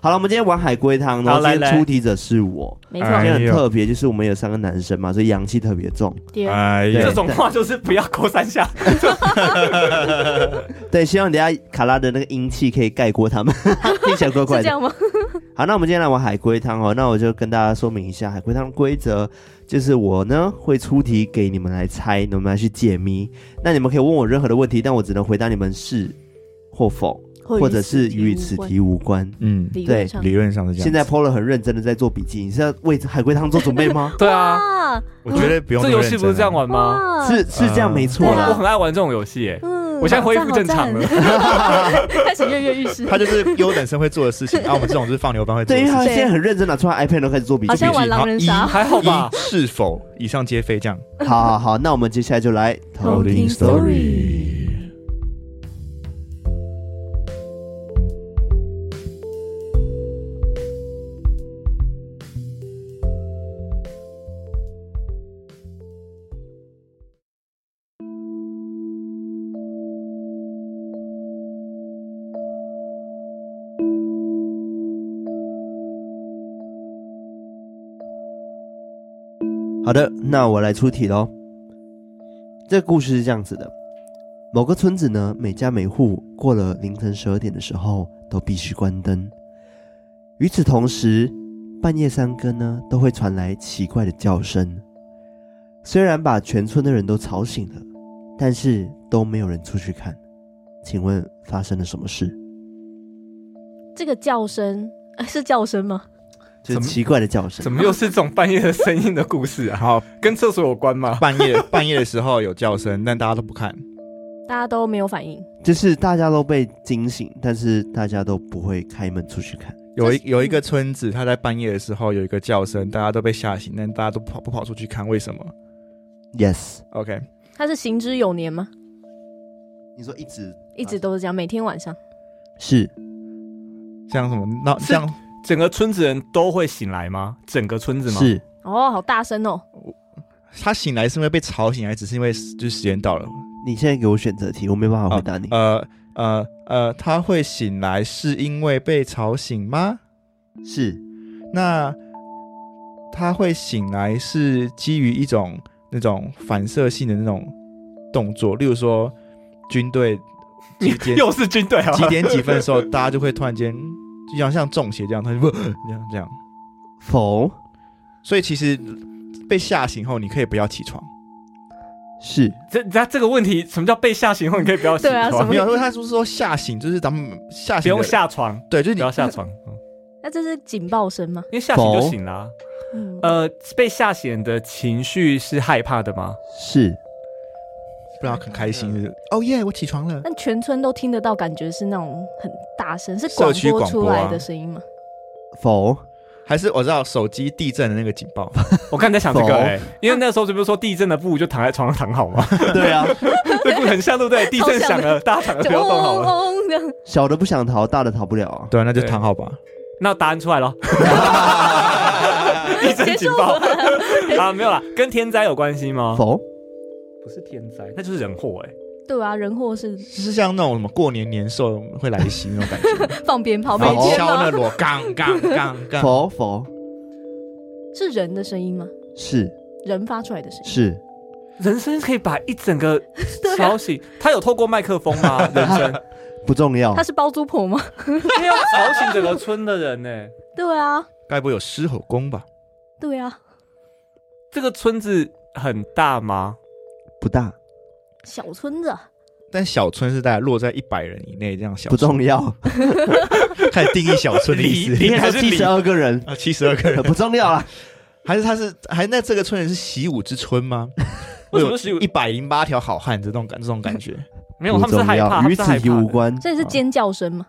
S1: 好了，我们今天玩海龟汤，然
S2: 好
S1: 后今
S2: 来
S1: 天出题者是我，
S3: 没错，
S1: 今
S2: 哎
S1: 天很特别，就是我们有三个男生嘛，所以阳气特别重。
S3: 第二
S4: 哎
S1: 对
S2: 这
S4: 呀，
S2: 种话就是不要扣三下。
S1: 对，希望等一下卡拉的那个阴气可以盖过他们，听起来怪怪
S3: 是这
S1: 的。
S3: 样吗？
S1: 好，那我们今天来玩海龟汤哦。那我就跟大家说明一下海龟汤规则，就是我呢会出题给你们来猜，你们来去解谜。那你们可以问我任何的问题，但我只能回答你们是或否，或者是与此题无关。
S4: 嗯，
S3: 理
S1: 对
S3: 论上
S4: 理论上是这样。
S1: 现在 Polo 很认真的在做笔记，你是要为海龟汤做准备吗？
S2: 对啊，
S3: 啊，
S4: 我觉得不用
S2: 这
S4: 那么啊
S2: 游戏不是这样玩吗？
S3: 哇，
S1: 是是这样没错
S2: 我
S3: 嗯对啊
S2: 我
S1: 啦。
S2: 很爱玩这种游戏耶。
S3: 嗯
S2: 我现在恢复正常了，
S3: 好赞好赞 开始跃跃欲试
S4: 认真啊，。他就是优等生会做的 事情，啊，我们这种就是放牛班会做
S1: 对，
S4: 的
S1: 因
S4: 事
S1: 为
S4: 情。
S1: 他现在很认真拿出来 iPad 都开始做笔
S3: 好
S1: 记
S3: 像。啊玩狼人杀
S4: 一
S2: 还好吧
S4: 一是否以上皆非这样？
S1: 好好好，那我们接下来就来
S3: 偷听 story
S1: 好的，那我来出题喽。这个故事是这样子的：某个村子呢，每家每户过了凌晨十二点的时候都必须关灯。与此同时，半夜三更呢，都会传来奇怪的叫声。虽然把全村的人都吵醒了，但是都没有人出去看。请问发生了什么事？
S3: 这个叫声 呃是叫声吗？
S1: 就
S2: 怎
S1: 是
S2: 么
S1: 奇怪的叫声
S2: 怎。么又是这种半夜的声音的故事啊？
S4: 好，
S2: 跟厕所有关吗？
S4: 半 夜半夜的时候有叫声，但大家都不看。
S3: 大家都没有反应，
S1: 就是大家都被惊醒，但是大家都不会开门出去看。
S4: 有一有
S3: 嗯
S4: 一个村子，他在半夜的时候有一个叫声，大家都被吓醒，但大家都跑不跑出去看，为什么
S1: Yes，
S4: ？OK，
S3: 他是行之有年吗？
S1: 你说一直
S3: 一直都是这样，每天晚上。
S1: 是
S4: 像什么闹
S2: 是
S4: 像
S2: 整个村子人都会醒来吗？整个村子吗？
S1: 是
S3: 哦，好大声哦！
S4: 他醒来是因为被吵醒，还只是因为就是时间到了？
S1: 你现在给我选择题，我没办法回答
S2: 嗯啊
S1: 你。
S4: 呃呃呃，他会醒来是因为被吵醒吗？
S1: 是
S4: 那他会醒来是基于一种那种反射性的那种动作，例如说军队
S2: 你
S4: 几点
S2: 又是军队啊？
S4: 几点几分的时候，大家就会突然间就像像中邪这样，他就不这样这样。
S1: 否
S4: 所以其实被吓醒后，你可以不要起床。
S1: 是
S2: 这这这个问题，什么叫被吓醒后你可以不要起
S3: 对啊什
S2: 床
S3: 么？
S4: 没有，因为他是说吓醒，就是咱们吓
S2: 嗯
S4: 醒
S2: 不
S4: 的
S2: 用，下床，
S4: 对，就是
S2: 不
S4: 你
S2: 要下床，嗯
S3: 那这是警报声吗？
S2: 因为吓醒就
S1: 否
S2: 醒啦。
S3: 嗯，
S2: 呃，被吓醒的情绪是害怕的吗？
S1: 是
S4: 不然很开心。就是哦耶，我起床了。
S3: 但全村都听得到，感觉是那种很大声，是广
S4: 社区
S3: 播
S4: 广
S3: 出
S4: 播啊
S3: 来的声音吗？
S1: 否
S4: 还是我知道手机地震的那个警报，
S2: 我刚才在想这
S1: 否
S2: 个、欸，因为那时候不是说地震的布就躺在床上躺好吗？
S1: 对啊，
S2: 这布很像，对不对？地震响了，大家躺
S3: 就
S2: 着
S3: 哦
S2: 不要动好了。
S3: 嗡嗡嗡这样。
S1: 小的不想逃，大的逃不了啊。
S4: 对，那就
S2: 对
S4: 躺好吧。
S2: 那答案出来了，地震警报 啊，没有啦，跟天灾有关系吗？
S1: 否
S2: 不是天灾，那就是人祸哎、
S3: 对啊，人祸是
S4: 就是像那种什么过年年兽会来袭那种感觉，
S3: 放鞭炮，每
S4: 然后
S3: 天
S2: 啊
S4: 敲
S3: 吗？
S4: 那锣，杠杠杠 杠。
S1: 否否
S3: 是人的声音吗？
S1: 是
S3: 人发出来的声音？
S1: 是
S2: 人声可以把一整个
S3: 对啊
S2: 吵醒，他有透过麦克风吗？人声，
S1: 不重要
S2: 哦
S3: 他。是包租婆吗？
S2: 因为要吵醒整个村的人呢、欸
S3: 对啊，
S4: 该不会有狮吼功吧？
S3: 对啊，
S2: 这个村子很大吗？
S1: 不大
S3: 小村子啊
S4: 但小村是大概落在一百人以内这样小
S1: 不
S4: 村，
S1: 重要，
S4: 开始定义小村的意
S2: 离
S1: 应
S4: 思。
S2: 离
S1: 该
S2: 还
S1: 是
S2: 是
S1: 七
S2: 你
S1: 十二个人，
S4: 啊，七十二个人，
S1: 不重要啊啦。
S4: 还是他是还那这个村人是习武之村 吗？
S2: 为什么习武
S4: 一百零八条好汉这种感这种感觉？
S2: 没有，
S1: 不
S2: 他们是
S1: 重
S2: 害
S1: 要
S2: 怕，他
S1: 与
S2: 们是
S1: 此
S2: 害
S1: 题
S2: 怕
S1: 无
S2: 的。
S1: 关。啊
S3: 所以是尖叫声吗？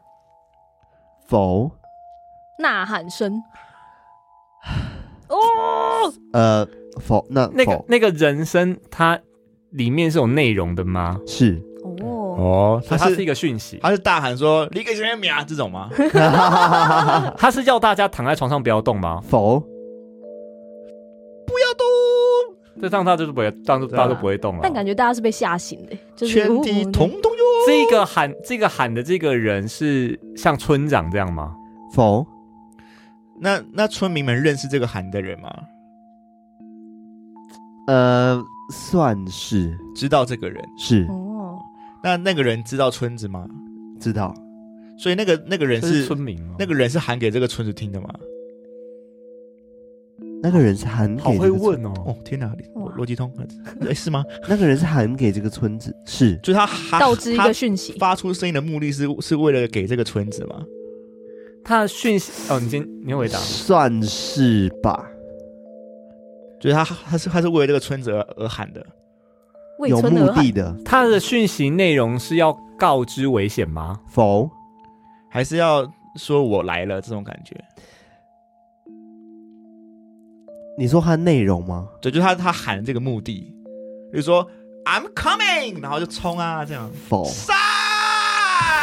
S1: 否
S3: 呐喊声？哦，
S1: 呃否那
S2: 那个
S1: 否
S2: 那个人声，它里面是有内容的吗？
S1: 是
S3: 哦，
S4: 哦，他
S2: 它是一
S4: 是
S2: 个讯息，
S4: 他是大喊说“离开前面秒”啊这种吗？
S2: 哦它是要大家躺在床上不要动吗？
S1: 否
S2: 这样他就是不会，这样就
S4: 对啊
S2: 大家就不会动了
S3: 但。感觉大家是被吓醒的，就是
S4: 全体
S3: 哦
S4: 同动哟！
S2: 这个喊这个喊的这个人是像村长这样吗？
S1: 否
S4: 那那村民们认识这个韩的人吗？
S1: 呃，算是
S4: 知道这个人？
S1: 是
S3: 哦，
S4: 那那个人知道村子吗？
S3: 嗯
S1: 知道，
S4: 所以那个那个人
S2: 这
S4: 是
S2: 村民哦，
S4: 那个人是喊给这个村子听的吗？
S1: 那个人是喊
S2: 好
S1: 给
S2: 会
S1: 这个村，
S2: 问哦，
S4: 哦，天哪，
S3: 哇
S4: 逻辑通，哎是吗？
S1: 那个人是喊给这个村子，是
S4: 就是他他
S3: 告知一
S4: 他
S3: 个讯息，
S4: 发出声音的目的是是为了给这个村子吗？
S2: 他的讯息哦，你先你先回答，
S1: 算是吧？
S4: 就是他他是他是为了这个村子而而喊的。
S3: 为
S1: 有
S3: 村
S1: 目
S3: 而喊
S1: 的的
S2: 他的讯息内容是要告知危险吗？
S1: 否？
S4: 还是要说我来了这种感觉。
S1: 你说他内容吗？
S4: 对，就是他他喊这个目的，比如说 I'm coming，然后就冲啊这样，
S1: 否？
S4: 杀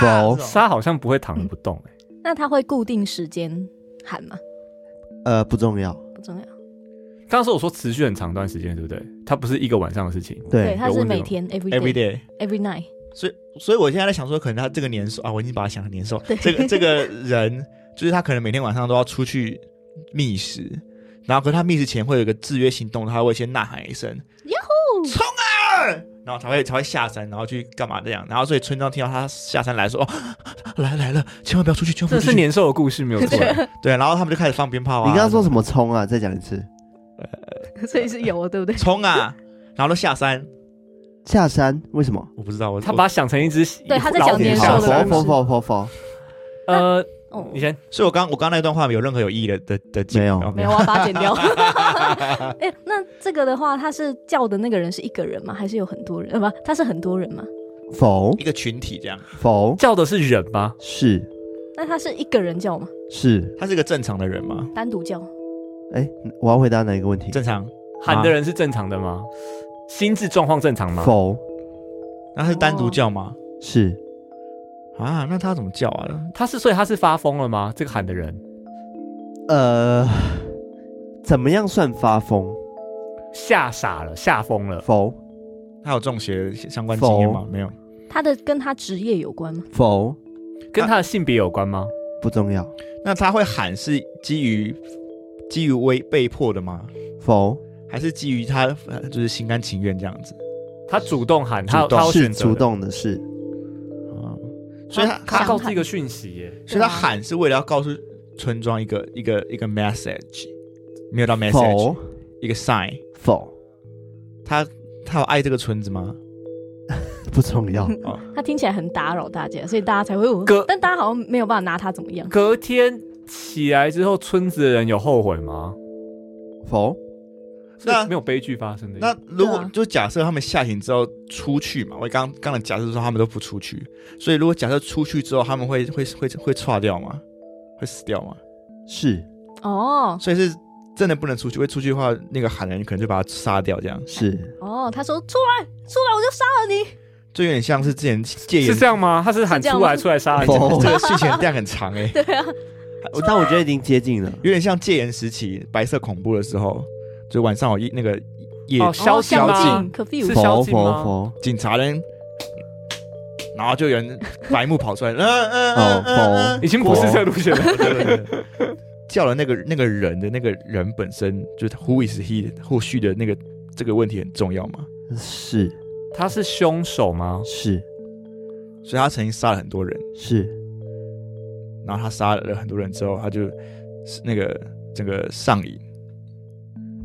S1: 否
S4: 这种
S2: 沙好像不会躺着不动、欸，
S3: 那他会固定时间喊吗？
S1: 呃，不重要。
S3: 不重要，
S2: 刚刚说我说持续很长一段时间，对不对？它不是一个晚上的事情。
S3: 对，
S1: 对，
S3: 他是
S2: 问这
S3: 每
S2: 种
S3: 天 every
S4: every
S3: day
S4: day。
S3: every night，
S4: 所以所以我现在在想说，可能他这个年兽啊，我已经把他想成年兽
S3: 对。
S4: 这个这个人就是他可能每天晚上都要出去觅食，然后可是他觅食前会有一个制约行动，他会先呐喊一声
S3: 呀
S4: 呼，冲啊！”然后才会才会下山，然后去干嘛这样？然后所以村庄听到他下山来说：“哦，来来了，千万不要出去，千万不
S2: 这
S4: 要出
S2: 是
S4: 去。”
S2: 年兽的故事，没有错、欸。
S4: 对，然后他们就开始放鞭炮啊。
S1: 你刚刚说什么冲啊？再讲一次。
S3: 所以是有的，对不对？
S4: 冲啊？然后都下山，
S1: 下山为什么？
S4: 我不知道，我
S2: 他把它想成一只
S3: 对他在
S2: 老
S3: 讲
S2: 虎
S3: 年
S2: 下
S3: 兽的
S2: 山
S3: 故
S1: 否
S3: 事
S1: 否否否
S2: 呃，
S3: 哦
S2: 你先，
S4: 所以我刚我刚那段话有任何有意义的的的
S1: 没有
S3: 没有，我要把它剪掉。 哎、那这个的话，他是叫的那个人是一个人吗？还是有很多人？呃，不，他是很多人吗？
S1: 否
S4: 一个群体这样，
S1: 否
S2: 叫的是人吗？
S1: 是
S3: 那他是一个人叫吗？
S1: 是。
S4: 他是一个正常的人吗？
S3: 单独叫？
S1: 哎，我要回答哪一个问题？
S4: 正常，
S2: 喊
S1: 啊
S2: 的人是正常的吗？心智状况正常吗？
S1: 否
S4: 那他是
S2: 哦
S4: 单独叫吗？
S1: 是
S4: 啊，那他怎么叫啊？
S2: 他是所以他是发疯了吗？这个喊的人
S1: 呃，怎么样算发疯？
S2: 吓傻了，吓疯了。
S1: 否
S4: 他有中邪相关经验吗？没有，
S3: 他的跟他职业有关吗？
S1: 否
S2: 跟他的性别有关吗？
S1: 不重要。
S4: 那他会喊是基于基于威被迫的吗？
S1: 否
S4: 还是基于他呃就是心甘情愿这样子？
S2: 他主动喊，他
S4: 主动
S2: 他有
S1: 是
S2: 选择
S1: 主
S2: 的，
S1: 动的是
S4: 啊，所以他
S2: 他
S3: 想
S2: 告
S3: 喊
S2: 知一个讯息耶。
S4: 所以他喊是为了要告诉村庄一个一个一个 message，没有到 message，
S1: 否
S4: 一个 sign。
S1: 否
S4: 他他有爱这个村子吗？
S1: 不重要。
S3: 他听起来很打扰大家，所以大家才会有
S2: 哥，
S3: 但大家好像没有办法拿他怎么样。
S2: 隔天起来之后，村子的人有后悔吗？
S1: 否
S4: 那
S2: 是没有悲剧发生的。
S4: 那如果、
S3: 对啊
S4: 就假设他们下行之后出去嘛，我刚刚的假设说他们都不出去，所以如果假设出去之后他们会会会会岔掉吗？会死掉吗？
S1: 是
S3: 哦
S4: 所以是真的不能出去，会出去的话，那个喊人可能就把他杀掉，这样
S1: 是
S3: 哦，他说出来，出来我就杀了你。
S4: 就有点像是之前戒严
S2: 是这样吗？他是喊
S3: 是这样
S2: 出
S3: 吗
S2: 来，出来杀人。
S1: 否
S4: 这个事情量很长哎、
S3: 对啊，
S1: 但 我觉得已经接近了。
S4: 有点像戒严时期白色恐怖的时候，就晚上有一那个夜、
S2: 哦宵禁
S3: 小
S2: 吗
S3: 景
S2: 是
S3: curfew
S2: 宵
S1: 否
S2: 禁吗
S1: 否否
S4: 警察人，然后就有人白幕跑出来，嗯嗯嗯嗯，
S2: 已经不是这路 线了。
S4: 个叫了那个那个人的那个人本身就是 who is he 后续的那个这个问题很重要嘛，
S1: 是
S2: 他是凶手吗？
S1: 是
S4: 所以他曾经杀了很多人，
S1: 是
S4: 然后他杀了很多人之后，他就那个整个上瘾，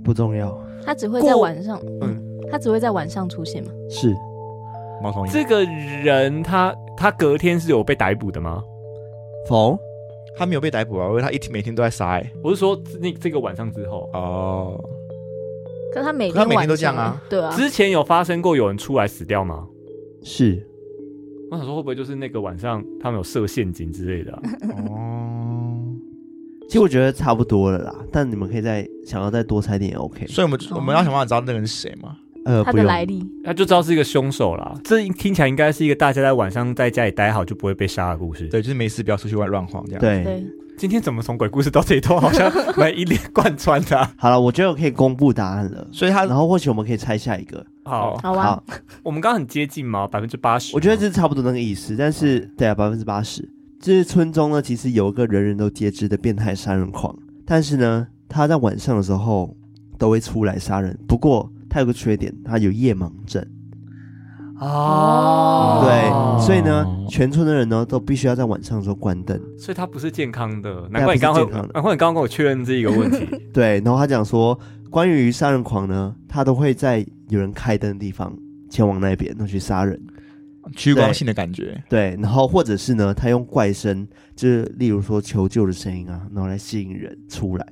S1: 不重要。
S3: 他只会在
S2: 过
S3: 晚上，嗯，他只会在晚上出现嘛？
S1: 是
S4: 猫头鹰，
S2: 这个人他他隔天是有被逮捕的吗？
S1: 否
S4: 他没有被逮捕啊，因为他一天每天都在杀、欸，
S2: 我是说那这个晚上之后，
S4: 哦，
S3: 可是他每
S4: 可他
S3: 天
S4: 每天
S3: 晚
S4: 都这
S3: 上
S4: 样啊，
S3: 对 啊，
S2: 之前有发生过有人出来死掉吗？
S1: 是
S2: 我想说会不会就是那个晚上他们有设陷阱之类的啊、
S4: 哦，
S1: 其实我觉得差不多了啦，但你们可以再想要再多猜点也 OK。
S4: 所以我们我们要想办法知道那个人是谁嘛，
S1: 呃，
S3: 他
S1: 不
S3: 的
S1: 用
S3: 来历
S2: 他就知道是一个凶手啦。这听起来应该是一个大家在晚上在家里待好就不会被杀的故事。
S4: 对，就是没事不要出去乱乱晃这样，，
S1: 对，
S3: 啊对。
S2: 今天怎么从鬼故事到这里都好像蛮一连贯穿的啊、
S1: 好了，我觉得我可以公布答案了。
S4: 所以他
S1: 然后或许我们可以猜下一个。
S2: 哦好，
S3: 好啊，，
S2: 我们刚刚很接近吗？百分之八十？
S1: 我觉得这是差不多那个意思，但是对啊，百分之八十。这是村中呢，其实有一个人人都皆知的变态杀人狂，但是呢，他在晚上的时候都会出来杀人。不过他有个缺点，他有夜盲症。
S3: 哦
S1: 对，所以呢，全村的人呢都必须要在晚上的时候关灯。
S2: 所以它不是健康的，
S1: 它
S2: 难怪你刚刚
S1: 不是健康的
S2: 难怪你刚刚跟我确认这一个问题，
S1: 对，然后他讲说，关于杀人狂呢，他都会在有人开灯的地方前往那边，那去杀人。
S4: 趋光性的感觉，
S1: 对，然后或者是呢，他用怪声，就是例如说求救的声音啊，然后来吸引人出来，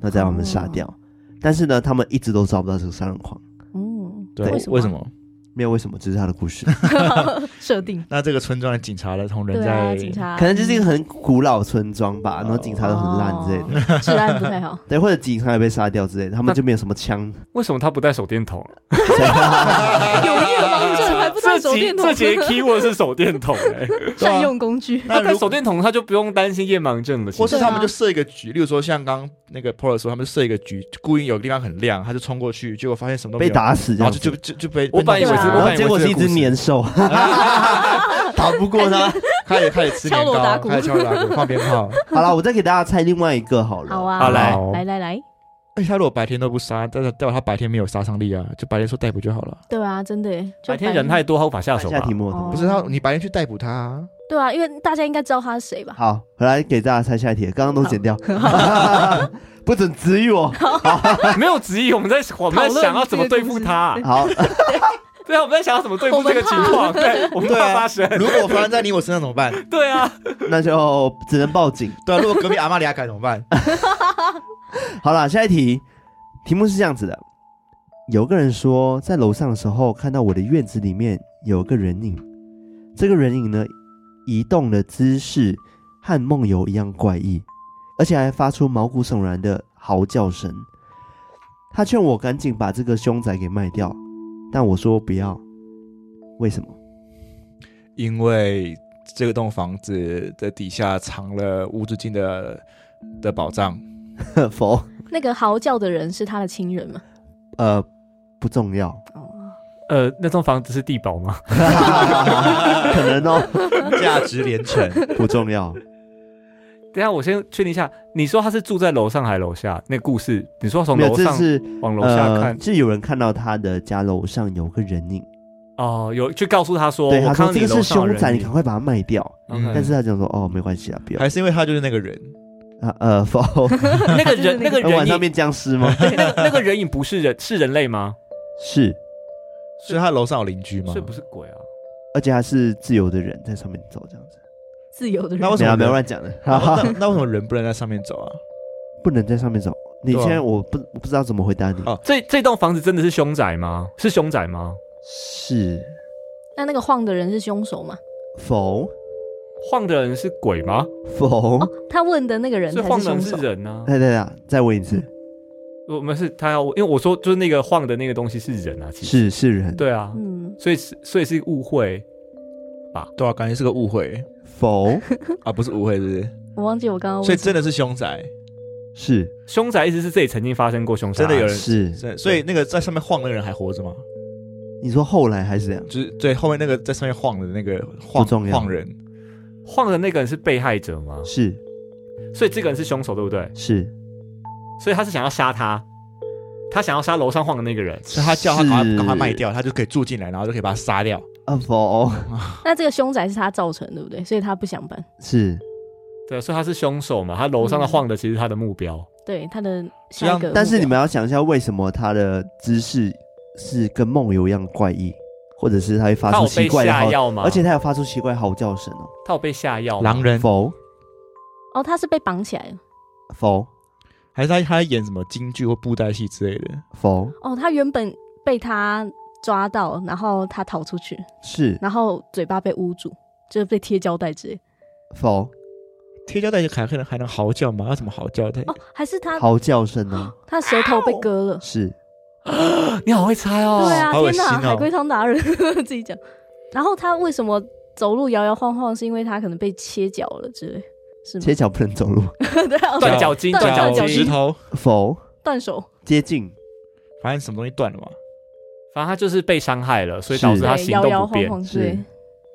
S1: 然后再
S3: 哦
S1: 把他们杀掉。但是呢，他们一直都找不到这个杀人狂，
S3: 嗯，
S4: 对，
S3: 为
S4: 为
S3: 什
S4: 什
S3: 么？
S4: 么？
S1: 没有为什么，这是他的故事，
S3: 啊 设定？
S4: 那这个村庄的警察的同仁
S3: 对啊，
S4: 在
S3: 警察
S1: 可能就是一个很古老村庄吧，然后警察都很烂之类的，
S3: 的，哦治安不太好。
S1: 对，或者警察也被杀掉之类的，他们
S2: 那
S1: 就没有什么枪。
S2: 为什么他不带手电筒？啊
S3: 有夜盲症还不带
S2: 这
S3: 手
S2: 集
S3: 电筒，
S2: 这节 keyword 是手电筒哎、
S3: 善用工具。
S2: 那
S4: 啊那
S2: 带
S4: 如
S2: 手电筒他就不用担心夜盲症了。其
S4: 或
S2: 实
S4: 是他们就设一个局，例如说像刚那个 Polo 说，他们就设一个局，故意有个地方很亮，他就冲过去，结果发现什么都没
S1: 被
S4: 有，
S1: 打死这
S4: 然后
S1: 样
S4: 就
S1: 子，
S4: 就就就被
S2: 我本来以为
S3: 对
S2: 是，
S3: 啊
S2: 我
S1: 然
S2: 本
S1: 后
S2: 来以为
S1: 结果
S2: 是
S1: 是一
S2: 个故
S1: 只
S2: 事
S1: 年 兽，打不过他。
S4: 开始开始吃年
S3: 敲锣打
S4: 糕，
S3: 鼓
S4: 开始 敲锣打 鼓，放鞭炮。
S1: 好了，我再给大家猜另外一个好了。
S3: 好啊，
S2: 好
S3: 来
S2: 来
S3: 来来来，
S4: 而哎且他如果白天都不杀，但是代表他白天没有杀伤力啊，就白天说逮捕就好了。
S3: 对啊，真的耶，就
S2: 白天人太多，他无法下
S1: 按
S2: 手
S1: 下
S2: 吧
S1: 题？目。
S3: 哦
S4: 不是他，你白天去逮捕他、啊，
S3: 对啊，因为大家应该知道他是谁吧？
S1: 好，我来给大家猜下一题，刚刚都剪掉， 不准质疑我。
S2: 没有质疑，我们在我们在想要怎么对付他、
S1: 好，
S2: 对啊，我们在想要怎么对付这个情 况，对，我们怕发生，
S4: 如果发生在你我身上怎么办？
S2: 对啊，
S1: 那就只能报警。
S4: 对啊，如果隔壁阿妈俩改怎么办？
S1: 好啦，下一题，题目是这样子的：有个人说，在楼上的时候看到我的院子里面有个人影，这个人影呢，移动的姿势和梦游一样怪异，而且还发出毛骨悚然的嚎叫声。他劝我赶紧把这个凶宅给卖掉，但我说不要。为什么？
S4: 因为这栋房子的底下藏了无止境的的宝藏，
S1: 否，
S3: 那个嚎叫的人是他的亲人吗？
S1: 呃，不重要，
S3: 哦，
S2: 呃，那栋房子是地堡吗？
S1: 可能哦，
S4: 价值连 城。
S1: 不重要。
S2: 等一下，我先确定一下，你说他是住在楼上还是楼下？那故事，你说从
S1: 没有，
S2: 楼
S1: 这
S2: 上
S1: 是
S2: 往楼下看
S1: 呃，，是有人看到他的家楼上有个人影，
S2: 哦，有去告诉他说，
S1: 呃对
S2: 我
S1: 他说
S2: 看到
S1: 这
S2: 你
S1: 个
S2: 楼
S1: 是
S2: 上的
S1: 凶宅，
S2: 人
S1: 你
S2: 影嗯
S1: 赶快把它卖掉。
S2: OK
S1: 但是他讲说哦，没关系啊，不要
S4: 还是因为他就是那个人，
S1: 啊呃，否，
S2: 那个
S3: 就是
S2: 人
S3: 那
S2: 那
S3: 个
S2: 个
S1: 晚
S2: 人
S1: 上
S2: 影，
S1: 变僵尸吗？
S2: 对 那个那个人影不是人，是人类吗？
S1: 是，
S4: 所以他楼上有邻居吗？
S2: 所以不是鬼啊？
S1: 而且他是自由的人，在上面走这样子。
S3: 自由的人
S4: 那为什
S1: 没
S4: 么
S1: 有没有
S4: 人
S1: 乱讲的，
S4: 那
S1: 哈哈
S4: 哦那那为什么人不能在上面走啊？
S1: 不能在上面走。你
S4: 对啊
S1: 现在我不我不知道怎么回答你。
S4: 哦
S2: 这这栋房子真的是凶宅吗？是凶宅吗？
S1: 是
S3: 那那个晃的人是凶手吗？
S1: 否
S2: 晃的人是鬼吗？
S1: 否？
S3: 哦，他问的那个人
S2: 所以
S3: 才
S2: 晃
S3: 是
S2: 的人
S3: 凶
S2: 是
S3: 手。
S2: 人啊？
S1: 对对对，再问一次，
S2: 我们是他要，因为我说就是那个晃的那个东西是人啊，其
S1: 是
S2: 实
S1: 是人
S2: 对啊，
S3: 嗯，
S2: 所以是所以是误会。
S4: 对啊，感觉是个误会
S1: 否
S4: 啊，不是误会，是不是？
S3: 我忘记我刚刚
S4: 所以
S3: 问
S4: 真的是凶宅，
S1: 是
S2: 凶宅意思是这里曾经发生过凶杀
S4: 真
S2: 案，
S4: 的有人
S1: 是。
S4: 真的所以那个在上面晃的人还活着吗？
S1: 你说后来还是这样？
S4: 就是对后面那个在上面晃的那个晃
S1: 不重要
S4: 晃人，
S2: 晃的那个人是被害者吗？
S1: 是
S2: 所以这个人是凶手，对不对？
S1: 是
S2: 所以他是想要杀他，他想要杀楼上晃的那个人。
S4: 所以他叫他赶
S1: 是
S4: 快赶快卖掉，他就可以住进来，然后就可以把他杀掉。
S1: 啊否
S3: 那这个凶宅是他造成，对不对？所以他不想搬，
S1: 是，
S2: 对，所以他是凶手嘛？他楼上的
S3: 嗯
S2: 晃的其实是他的目标。
S3: 对他的下一
S4: 这
S3: 个。
S4: 样
S1: 但是你们要想一下，为什么他的姿势是跟梦游一样怪异，或者是他会发
S2: 他
S1: 出
S2: 有
S1: 奇
S2: 被
S1: 怪的
S2: 下
S1: 嚎，
S2: 药吗？
S1: 而且他有发出奇怪嚎叫声哦。
S2: 他有被下药吗。
S4: 狼人
S1: 否
S3: 哦，他是被绑起来了。
S1: 否
S4: 还是他他在演什么京剧或布袋戏之类的？
S1: 否
S3: 哦，他原本被他抓到，然后他逃出去，
S1: 是
S3: 然后嘴巴被捂住，就是被贴胶带之类。
S1: 否
S4: 贴胶带就还能还能嚎叫吗？要怎么嚎叫？他
S3: 哦，还是他
S1: 嚎叫声呢？
S3: 他舌头被割了。
S1: 是
S2: 你好会猜哦。
S3: 对啊，
S4: 好恶
S3: 天哪，
S4: 心哦
S3: 海龟汤达人 自己讲。然后他为什么走路摇摇晃晃？是因为他可能被切脚了之类，是
S1: 切
S3: 吗？
S1: 脚不能 走路。
S3: 对啊，
S2: 断脚筋，
S3: 断
S2: 断
S3: 断脚
S2: 脚
S3: 筋
S2: 筋
S4: 石。头，
S1: 否
S3: 断手，
S1: 接近
S4: 反正什么东西断了嘛。
S2: 反正他就是被伤害了，所以导
S1: 是
S2: 致他
S3: 对，
S2: 行
S3: 摇
S2: 动
S3: 摇
S2: 不
S3: 晃
S2: 便。
S3: 晃，
S1: 是
S3: 对，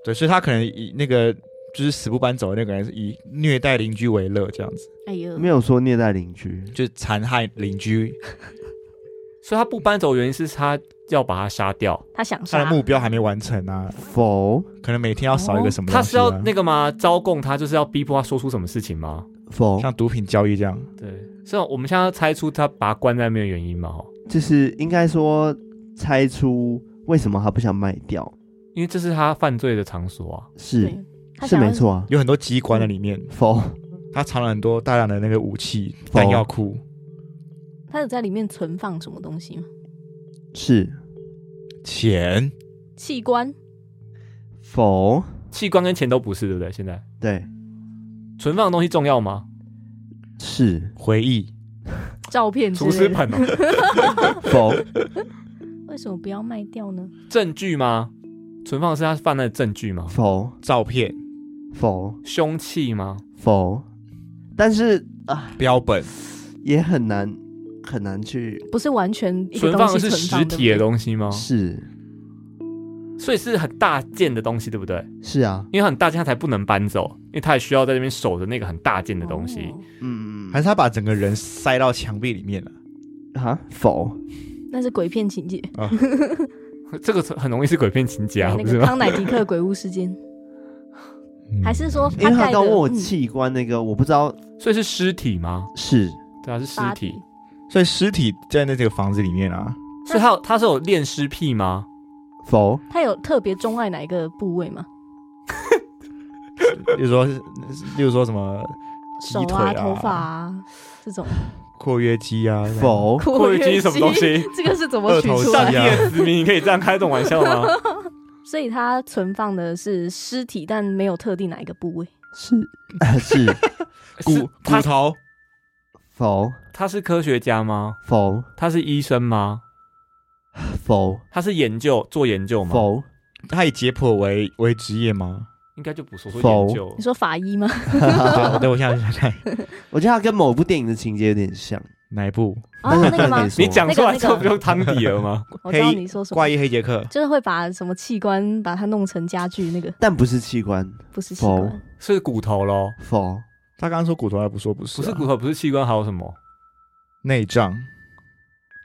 S4: 对，所以他可能以那个就是死不搬走的那个人，是以虐待邻居为乐，这样子
S3: 哎呦，
S1: 没有说虐待邻居，
S4: 就残害邻居。
S2: 所以他不搬走的原因是他要把他杀掉，
S3: 他想
S4: 他
S2: 啊
S3: 杀
S4: 的目标还没完成啊，
S1: 否
S4: 可能每天要少一个什么
S2: 哦他
S4: 东西
S2: 是
S4: 啊、
S2: 要那个吗？招供他就是要逼迫他说出什么事情吗？
S1: 否，
S4: 像毒品交易这样，
S2: 对，所以我们现在要猜出他把他关在那边的原因嘛？哦，
S1: 就是应该说猜出为什么他不想卖掉，
S2: 因为这是他犯罪的场所啊。
S1: 是
S3: 对他
S1: 是
S3: 想要
S1: 没错啊，
S4: 有很多机关在里面，
S1: 否
S4: 他藏了很多大量的那个武器、
S1: 哦
S4: 弹药库，
S3: 他有在里面存放什么东西吗？
S1: 是
S4: 钱。
S3: 器官
S1: 否
S2: 器官跟钱都不是，对不对？现在
S1: 对
S2: 存放的东西重要吗？
S1: 是
S4: 回忆，
S3: 照片之
S2: 厨师
S3: 类的，
S2: 盆哦，
S1: 否
S3: 为什么不要卖掉呢？
S2: 证据吗？存放的是他犯案的证据吗？
S1: 否
S4: 照片、
S1: 否
S2: 凶器吗？
S1: 否，但是啊
S4: 标本，
S1: 也很难很难去
S3: 不是完全一个
S2: 存
S3: 东
S2: 放的
S3: 西
S2: 是
S3: 存
S2: 实体的
S3: 对不对
S2: 东西吗？
S1: 是
S4: 哦
S2: 所以是很大件的东西，对不对？
S1: 是啊，
S2: 因为它很大件，它才不能搬走，因为它也需要在那边守着那个很大件的东西。
S3: 哦
S1: 嗯
S4: 还是他把整个人塞到墙壁里面了？
S1: 啊否
S3: 那是鬼片情节，
S2: 这个很容易是鬼片情节啊，
S3: 那
S2: 不是
S3: 个
S2: 吗？
S3: 康乃狄克鬼屋事件，还是说
S1: 因为他
S3: 盖的
S1: 刚问我
S3: 嗯
S1: 器官那个，我不知道
S2: 所以是尸体吗？
S1: 是
S2: 对啊，是尸
S3: 巴
S2: 体
S3: 黎。
S4: 所以尸体在那这个房子里面啊，
S2: 所以他有他是有恋尸癖吗？
S1: 否
S3: 他有特别钟爱哪一个部位吗？
S4: 例如说，例如说什么
S3: 手
S4: 鸡腿
S3: 啊、
S4: 啊
S3: 头发啊这 种。
S4: 括约肌啊，
S1: 否
S3: 括
S2: 约肌是什么东？西？
S3: 这个是怎么取
S4: 二头
S3: 出
S4: 对啊
S2: 上
S3: 来
S2: 帝
S3: 的？
S2: 的子民，你可以这样开这种玩笑吗？
S3: 所以它存放的是尸体，但没有特定哪一个部位。
S1: 是
S4: 嗯
S1: 是
S4: 骨
S2: 是
S4: 骨
S2: 他
S4: 头，
S1: 否
S2: 他是科学家吗？
S1: 否
S2: 他是医生吗？
S1: 否
S2: 他是研究做研究吗？
S1: 否
S4: 他以解剖为为职业 吗？
S2: 应该就不说说
S1: 否
S2: 研究
S3: 你。说法 医吗？
S4: 对，我想想看
S1: 我觉得它跟某部电影的情节有点像，
S4: 哪 一部？
S3: 哦，那个吗
S1: 但？是
S2: 你
S1: 我不敢说
S2: 讲出来
S3: 那个那个
S2: 之后不就汤底了吗？
S3: 我知道你说什么
S4: 怪，医黑杰克，
S3: 就是会把什么器官把它弄成家具，那个
S1: 但不是器官
S3: 不是器官
S1: 否，
S2: 是骨头咯，
S1: 否
S4: 他刚刚说骨头，他不说不是啊，
S2: 不是骨头，不是器官，还有什么？
S4: 内脏、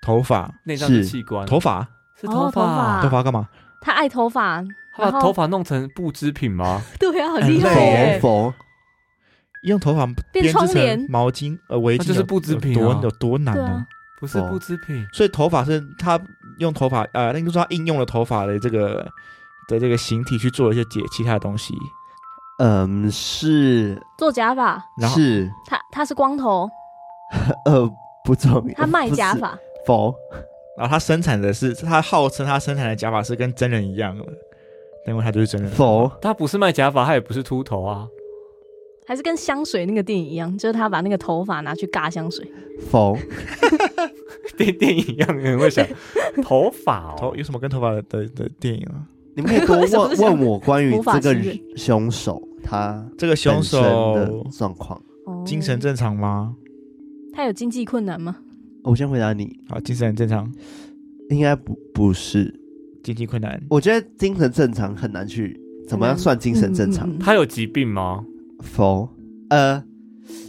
S4: 头发、
S2: 内脏是
S1: 是
S2: 器官，
S4: 头发、
S2: 是
S3: 哦
S2: 头
S3: 头
S2: 发
S3: 发啊
S4: 头发干嘛？
S3: 他爱头发，
S2: 他
S3: 然
S2: 把
S3: 后
S2: 头发弄成布织品吗？
S3: 对啊，很厉害
S4: 很累
S3: 耶
S1: 否！否
S4: 用头发
S3: 变
S4: 编织
S3: 窗帘
S4: 成毛巾、呃围
S2: 那
S4: 巾，
S2: 就是
S4: 有
S2: 布制品啊
S4: 有多有多难
S3: 对
S4: 呢
S3: 啊？，
S2: 不是
S1: 哦
S2: 布织品，
S4: 所以头发是他用头发，呃，那就是他应用了头发的这个的这个形体去做一些解其他的东西，
S1: 嗯是
S3: 做假发，
S4: 然后
S1: 是
S3: 他他是光头，
S1: 呃不重要，
S3: 他卖
S1: 不是
S3: 假发，
S1: 否
S4: 然后他生产的是他号称他生产的假发是跟真人一样的，因为他就是真人。
S1: 否
S2: 他不是卖假发，他也不是秃头啊。
S3: 还是跟香水那个电影一样，就是他把那个头发拿去尬香水，
S1: 否
S2: 电电影一样，你会想头发
S4: 头
S2: 哦，
S4: 有什么跟头发的的的电影啊？
S1: 你们可以多
S3: 为什么
S1: 问
S3: 是想
S1: 问我关于
S3: 魔法
S1: 这个
S3: 师人
S1: 凶手他
S4: 这个凶
S1: 本身
S4: 手
S1: 的状况。
S3: 哦
S4: 精神正常吗？
S3: 他有经济困难吗？
S1: 哦我先回答你，
S4: 好，精神很正常，
S1: 应该不不是。
S4: 经济困难。
S1: 我觉得精神正常很难去怎么样算精神正常
S3: 嗯。嗯嗯嗯
S2: 他有疾病吗？
S1: 否呃，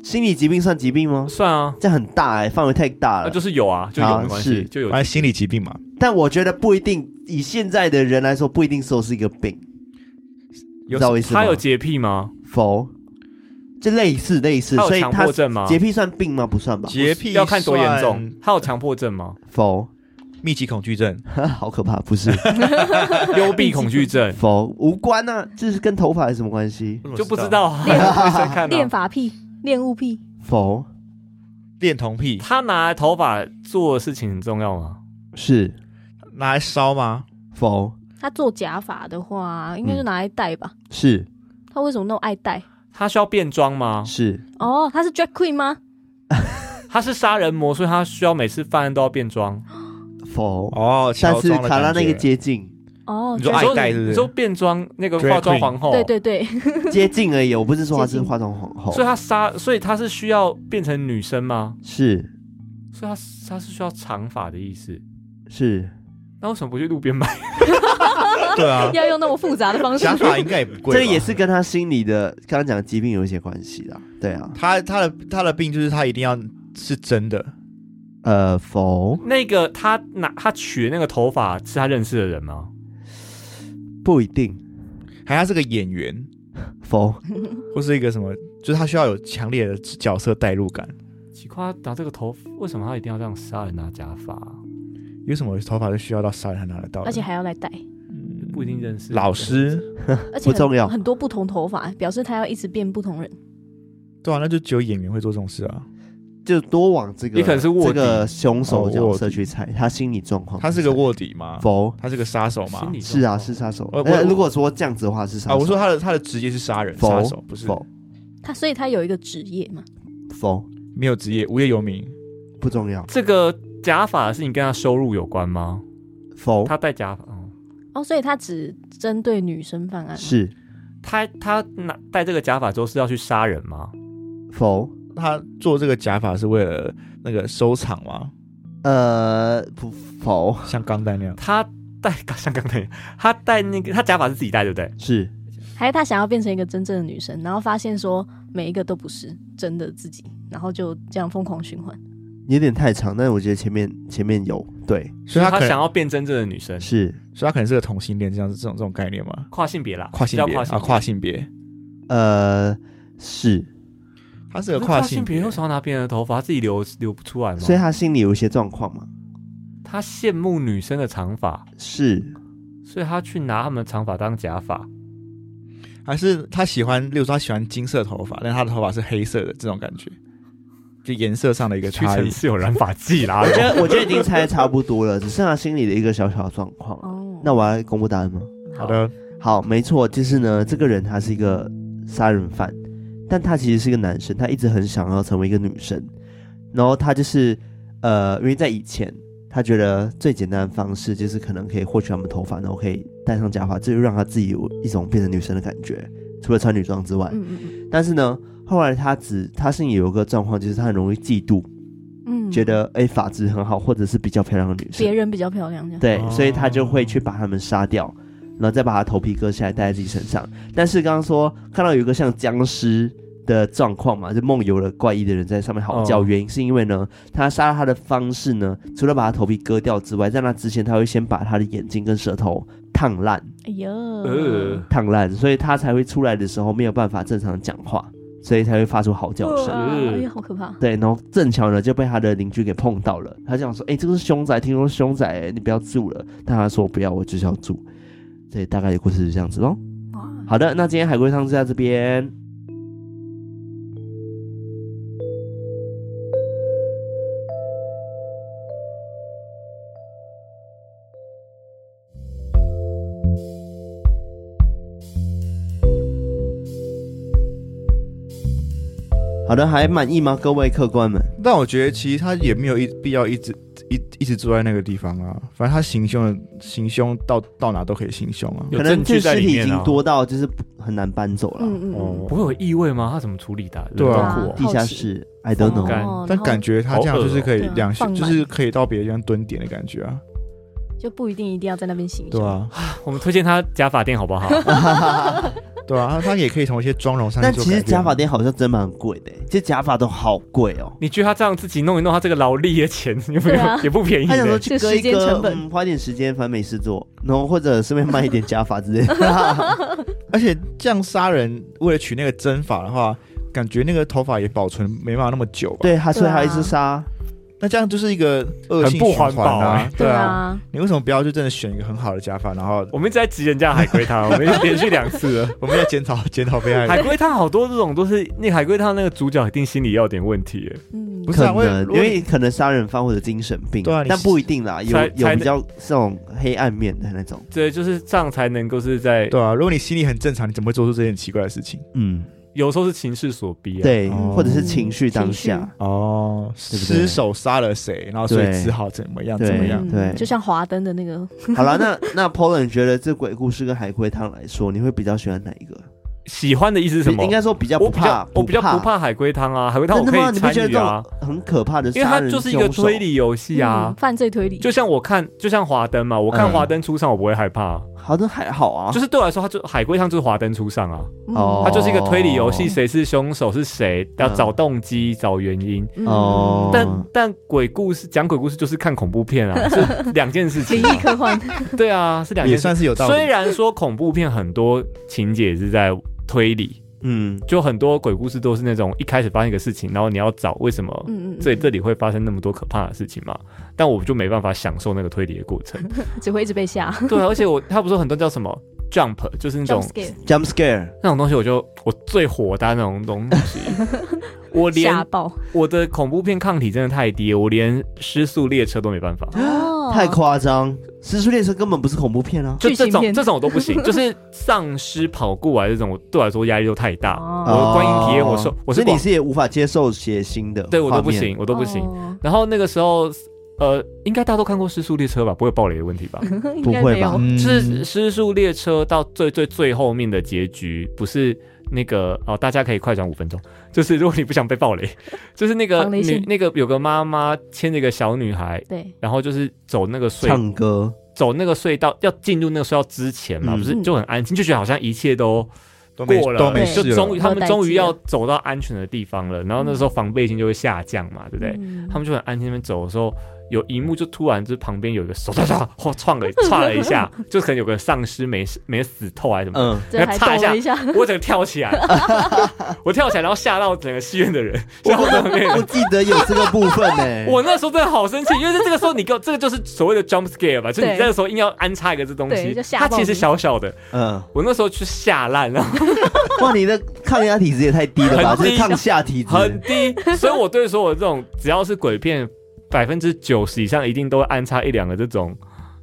S1: 心理疾病算疾病吗？
S2: 算啊，
S1: 这很大哎、范围太大
S2: 那
S1: 了。
S2: 就是有啊，就有
S1: 好
S2: 没关系，
S1: 是
S2: 就有
S4: 反。正心理疾病嘛，
S1: 但我觉得不一定，以现在的人来说，不一定说是一个病，你
S4: 有
S1: 知道我意思吗？
S2: 他有洁癖吗？
S1: 否，就类似类似，
S2: 他
S1: 所
S2: 有
S1: 以
S2: 强
S1: 他
S2: 迫症吗？
S1: 洁癖算病吗？不算吧。
S4: 洁癖
S2: 要看多严
S4: 算
S2: 重。他有强迫症吗？
S1: 否，
S4: 密集恐惧症，
S1: 好可怕，不是
S2: 幽闭恐惧症
S1: 否无关啊，这是跟头发有什么关系？
S2: 就不知道啊，医
S3: 练
S2: 生 看啊
S3: 恋法癖、恋物癖，
S1: 否
S4: 恋童癖
S2: 他拿头发做的事情很重要吗？
S1: 是
S4: 拿来烧吗？
S1: 否
S3: 他做假发的话，
S4: 嗯
S3: 应该就拿来戴吧。
S1: 是
S3: 他为什么那么爱戴？
S2: 他需要变装吗？
S1: 是
S3: 哦，他是 drag queen 吗？
S2: 他是杀人魔，所以他需要每次犯案都要变装。
S1: 否，
S4: 哦，
S1: 但
S4: 乔
S1: 是
S4: 装的
S1: 卡拉
S4: 感觉
S1: 那个接近
S3: 哦，
S4: 你
S2: 你
S4: 说哦
S3: drag-
S2: 说
S4: 爱戴是不是
S2: 你说变装那个
S4: Drag
S2: 化妆
S4: queen
S2: 皇后，
S3: 对对 对，
S1: 接近而已，我不是说她是
S3: 接近
S1: 化妆皇后
S2: 所，以他杀，所以他是需要变成女生吗？
S1: 是
S2: 所以他他是需要长发的意思。
S1: 是
S2: 那为什么不去路边买？
S4: 对啊，
S3: 要用那么复杂的方式
S4: 想法应该也不贵吧。
S1: 这也是跟他心理的刚刚讲的疾病有一些关系啦。对啊，
S4: 他他的他的病就是他一定要是真的，
S1: 呃，否
S2: 那个他拿他取的那个头发是他认识的人吗？
S1: 不一定，
S4: 还他是个演员
S1: 否
S4: 或是一个什么，就是他需要有强烈的角色代入感。
S2: 奇怪，他拿这个头，为什么他一定要这样杀人拿假发？
S4: 有什么头发就需要到杀人才拿得到的？
S3: 而且还要来戴，
S4: 嗯
S2: 不一定认识
S4: 老师，
S3: 而且
S1: 不重要
S3: 很很多不同头发，表示他要一直变不同人。
S4: 对啊，那就只有演员会做这种事啊。
S1: 就多往这个
S2: 也可能是卧
S1: 这
S2: 底
S1: 个凶手
S4: 哦
S1: 角
S4: 卧
S1: 色
S4: 底
S1: 去猜，他心理状况。
S4: 他是个哦卧底吗？
S1: 哦啊否
S4: 他是个杀手吗
S2: 心？理
S1: 是啊，
S2: 状况
S1: 是杀手。
S4: 呃我
S1: 呃
S4: 我
S1: 如果说这样子的话是杀
S4: 啊，
S1: 手。
S4: 我说他的他的职业是杀人，
S1: 否
S4: 杀手不是
S1: 否
S3: 他所以他有一个职业嘛，
S1: 否
S4: 没有职业，无业游民。
S1: 不重要。
S2: 这个假发的事情跟他收入有关吗？
S1: 否
S2: 他戴假发，哦、
S3: 哦，所以他只针对女生犯案。
S1: 是
S2: 他他拿戴这个假发之后是要去杀人吗？
S1: 否
S4: 他做这个假发是为了那个收藏吗？
S1: 呃不否
S4: 像钢弹那样，
S2: 他戴像刚才一样他戴那个他假发是自己戴对不对？
S1: 是
S3: 还是他想要变成一个真正的女生，然后发现说每一个都不是真的自己，然后就这样疯狂循环。
S1: 有点太长，但是我觉得前面前面有对
S4: 所以他可
S2: 他
S4: 能
S2: 想，要变真正的女生，
S1: 是
S4: 所以他可能是个同性恋，这样这种这种概念吗？
S2: 跨性别啦，
S4: 跨性
S2: 叫
S4: 别
S2: 跨
S4: 啊，
S2: 性别
S4: 跨性别，
S1: 呃是，
S4: 他是个
S2: 可是跨
S4: 啊性
S2: 别为什么要拿别人的头发？他自己留留不出来吗？
S1: 所以他心里有一些状况嘛。
S2: 他羡慕女生的长发，
S1: 是
S2: 所以他去拿他们的长发当假发。
S4: 还是他喜欢，例如说他喜欢金色头发，但他的头发是黑色的，这种感觉，就颜色上的一个
S2: 屈
S4: 差
S2: 臣
S4: 异。
S2: 氏有染发剂 啦
S1: 我觉，得我觉得已经猜得差不多了，只剩下心里的一个小小的状况了。
S3: 哦，
S1: 那我要公布答案吗？
S4: 好的，
S1: 好，没错，就是呢，这个人他是一个杀人犯，但他其实是一个男生，他一直很想要成为一个女生，然后他就是呃，因为在以前。他觉得最简单的方式就是可能可以获取他们头发，然后可以戴上假发，这就让他自己有一种变成女生的感觉。除了穿女装之外，
S3: 嗯嗯
S1: 但是呢，后来他只他心里有一个状况，就是他很容易嫉妒，
S3: 嗯，
S1: 觉得哎发质很好，或者是比较漂亮的女
S3: 别
S1: 生，
S3: 人比较漂亮这样。
S1: 对，
S4: 哦
S1: 所以他就会去把她们杀掉，然后再把她头皮割下来戴在自己身上。但是刚刚说看到有一个像僵尸的状况嘛，就梦游了怪异的人在上面嚎叫，
S2: 哦
S1: 原因是因为呢，他杀他的方式呢，除了把他头皮割掉之外，在那之前他会先把他的眼睛跟舌头烫烂，
S3: 哎呀，嗯
S2: 呃，
S1: 烫烂，所以他才会出来的时候没有办法正常讲话，所以才会发出嚎叫声。
S2: 呃
S3: 哇哎呀，好可怕！
S1: 对，然后正巧呢就被他的邻居给碰到了，他想说，哎、这个是凶宅，听说凶宅、哎你不要住了。但他说不要，我就是要住。对，大概的故事是这样子咯。
S3: 哇，
S1: 好的，那今天海龟汤就到这边。好的，还满意吗，各位客官们？
S4: 但我觉得其实他也没有一必要一直一一直坐在那个地方啊，反正他行凶的行凶到到哪都可以行凶啊。
S2: 有
S1: 可能
S2: 证
S1: 这
S2: 据在
S1: 尸体
S2: 里
S1: 已
S2: 面
S1: 经
S2: 啊。
S1: 多到就是很难搬走了。
S3: 嗯嗯嗯，
S1: 哦
S2: 不会有异味吗？他怎么处理的、冷
S4: 对
S2: 冻
S4: 啊
S2: 库
S3: 好
S2: 哦
S3: 奇
S1: 地下室，I don't
S2: 风
S1: know。
S2: 干
S3: 哦
S4: 但
S3: 然后
S4: 感觉他这样就是可以
S3: 好恶哦
S4: 两
S3: 对啊放慢
S4: 就是可以到别的地方蹲点的感觉啊，
S3: 就不一定一定要在那边行
S4: 对
S3: 凶。
S4: 啊，
S2: 我们推荐他假发店好不 好？
S4: 对啊，他他也可以从一些妆容上
S1: 但
S4: 面做
S1: 其实
S4: 改变
S1: 假发店好像真蛮贵的，这假发都好贵哦。
S2: 你觉得他这样自己弄一弄，他这个劳力的钱有没
S3: 对
S2: 有、
S3: 啊
S2: 也不便宜
S1: 他想说
S2: 呢？
S1: 去
S3: 这
S1: 割一
S3: 时间
S1: 割，
S3: 成本
S1: 嗯花点时间，反正没事做，然后或者顺便卖一点假发之 类的。
S4: 而且这样杀人为了取那个真法的话，感觉那个头发也保存没办法那么久吧？
S1: 对，他所以
S3: 对啊
S1: 他一直杀，
S4: 那这样就是一个恶性
S2: 很不
S4: 循
S2: 环保
S4: 环啊
S2: 欸！
S4: 对啊，
S3: 啊，
S4: 你为什么不要就真的选一个很好的假发？然 后
S2: 我们一直在急人家海龟汤，我们连续两次 了。
S4: 我们要检讨检讨 被害
S2: 海
S4: 人，
S2: 龟汤好多这种都是，那海龟汤那个主角一定心理要有点问题耶，
S3: 嗯
S4: 不，是
S1: 可
S4: 啊，
S1: 能
S4: 如
S1: 因
S4: 果
S1: 为可能杀人犯或者精神病
S4: 对啊，你
S1: 但不一定啦，有
S2: 才
S1: 有
S2: 才
S1: 比较这种黑暗面的那种。
S2: 对，就是这样才能够是在
S4: 对啊，如果你心理很正常，你怎么会做出这件奇怪的事情？
S1: 嗯，
S2: 有时候是情势所逼啊。，
S1: 对，
S4: 哦
S1: 或者是情绪当
S3: 情绪
S1: 下，
S4: 哦，
S1: 对不对
S4: 失手杀了谁，然后所以
S1: 对
S4: 只好怎么样
S1: 对
S2: 哎
S4: 怎么样？
S3: 嗯
S1: 对
S3: 就像华灯的那个
S1: 好了，那那 Polan 觉得这鬼故事跟海龟汤来说，你会比较喜欢哪一个？
S2: 喜欢的意思是什么？
S1: 应该说比较
S2: 我
S1: 不
S2: 比较
S1: 怕，
S2: 我比较不
S1: 怕。
S2: 怕海龟汤啊，海龟汤我
S1: 真的
S2: 可
S1: 吗？
S2: 以
S1: 你不觉得这
S2: 参与啊
S1: 种，很可怕的
S2: 因为
S1: 杀
S2: 它
S1: 人
S2: 就是一个
S1: 凶手
S2: 推理游戏啊
S3: 嗯。犯罪推理，
S2: 就像我看，就像华灯嘛，我看
S1: 嗯哦
S2: 华灯初上，我不会害怕啊，
S1: 好像还好啊，
S2: 就是对我来说，它就海龟汤就是华灯初上啊，
S3: 嗯
S1: 哦
S2: 它就是一个推理游戏，谁是凶手是谁，要
S1: 嗯
S2: 找动机，找原因。
S3: 嗯
S1: 哦
S2: 但但鬼故事讲鬼故事就是看恐怖片 啊，是两件事
S3: 灵
S2: 情、
S3: 异
S2: 啊。
S3: 科 幻，
S2: 对啊，是两
S4: 也
S2: 件事。
S4: 算是有道理。
S2: 虽然说恐怖片很多情节也是在推理，
S1: 嗯，
S2: 就很多鬼故事都是那种一开始发生一个事情，然后你要找为什么
S3: 嗯嗯，嗯
S2: 这这里会发生那么多可怕的事情嘛？但我就没办法享受那个推理的过 程。
S3: 只会一直被吓
S2: 对啊，而且我他不是有很多叫什么 jump，就是 那种
S3: ，jump scare，
S1: jump scare，
S2: 那种东西，我就我最火大那种东 西。我
S3: 吓
S2: 连
S3: 爆，
S2: 我的恐怖片抗体真的太低，我连失速列车都没办法。
S3: 哦
S1: 太夸张，《失速列车》根本不是恐怖片啊，
S2: 就
S3: 剧
S2: 这
S3: 情
S2: 种
S3: 片
S2: 这种我都不行，就是丧尸跑过来这种，我对我来说压力都太大。
S3: 哦
S2: 我呃观影体验，我受我
S1: 所
S2: 是
S1: 以你
S2: 广，
S1: 是也无法接受血腥的，
S2: 对我都不，行，我都不行。
S3: 哦
S2: 然后那个时候，呃，应该大家都看过《失速列车》吧？不会爆雷的问题吧？
S1: 不
S3: 应该
S1: 会
S3: 没
S1: 吧
S3: 有，
S4: 嗯
S2: 就是《失速列车》到最最最后面的结局，不是那个哦，大家可以快转五分钟。就是如果你不想被爆雷， 就是那个
S3: 防雷
S2: 女
S3: 线
S2: 那个有个妈妈牵着一个小女孩，
S3: 对，
S2: 然后就是走那个隧
S1: 唱歌，
S2: 走那个隧道，要进入那个隧道之前嘛，
S1: 嗯
S2: 不是就很安静，就觉得好像一切都
S4: 都没
S2: 过
S4: 嗯
S2: 了，
S4: 都没
S3: 对
S4: 事
S2: 就
S4: 了，
S2: 终于他
S3: 都
S2: 们
S3: 待
S2: 终于
S3: 机了
S2: 要走到安全的地方了。然后那时候防备心就会下降嘛，对不对？
S3: 嗯
S2: 他们就很安静那边走的时候，有一幕就突然就是旁边有一个手唰唰唰 撞了撞了一下，就可能有个丧尸没没死透还是什么。
S1: 嗯，
S3: 这还抖了一下，
S2: 我整个跳 起来，我跳起来，然后吓到整个戏院的人，吓到整个
S1: 不
S2: 人。
S1: 记得有这个部分欸呢，
S2: 我那时候真的好生气，因为在这个时候你给我，这个就是所谓的 jump scare 吧，就是你
S3: 对
S2: 这个时候硬要安插一个这东西
S3: 对就，吓
S2: 它
S3: 爆
S2: 其实
S3: 你
S2: 小小的，
S1: 嗯，
S2: 我那时候去吓烂了，
S1: 哇，你的抗压体质也太低了吧，
S2: 很
S1: 这
S2: 低
S1: 是抗下体质，
S2: 很低，所以我对说我这种只要是鬼片，百分之九十以上一定都会安插一两个这种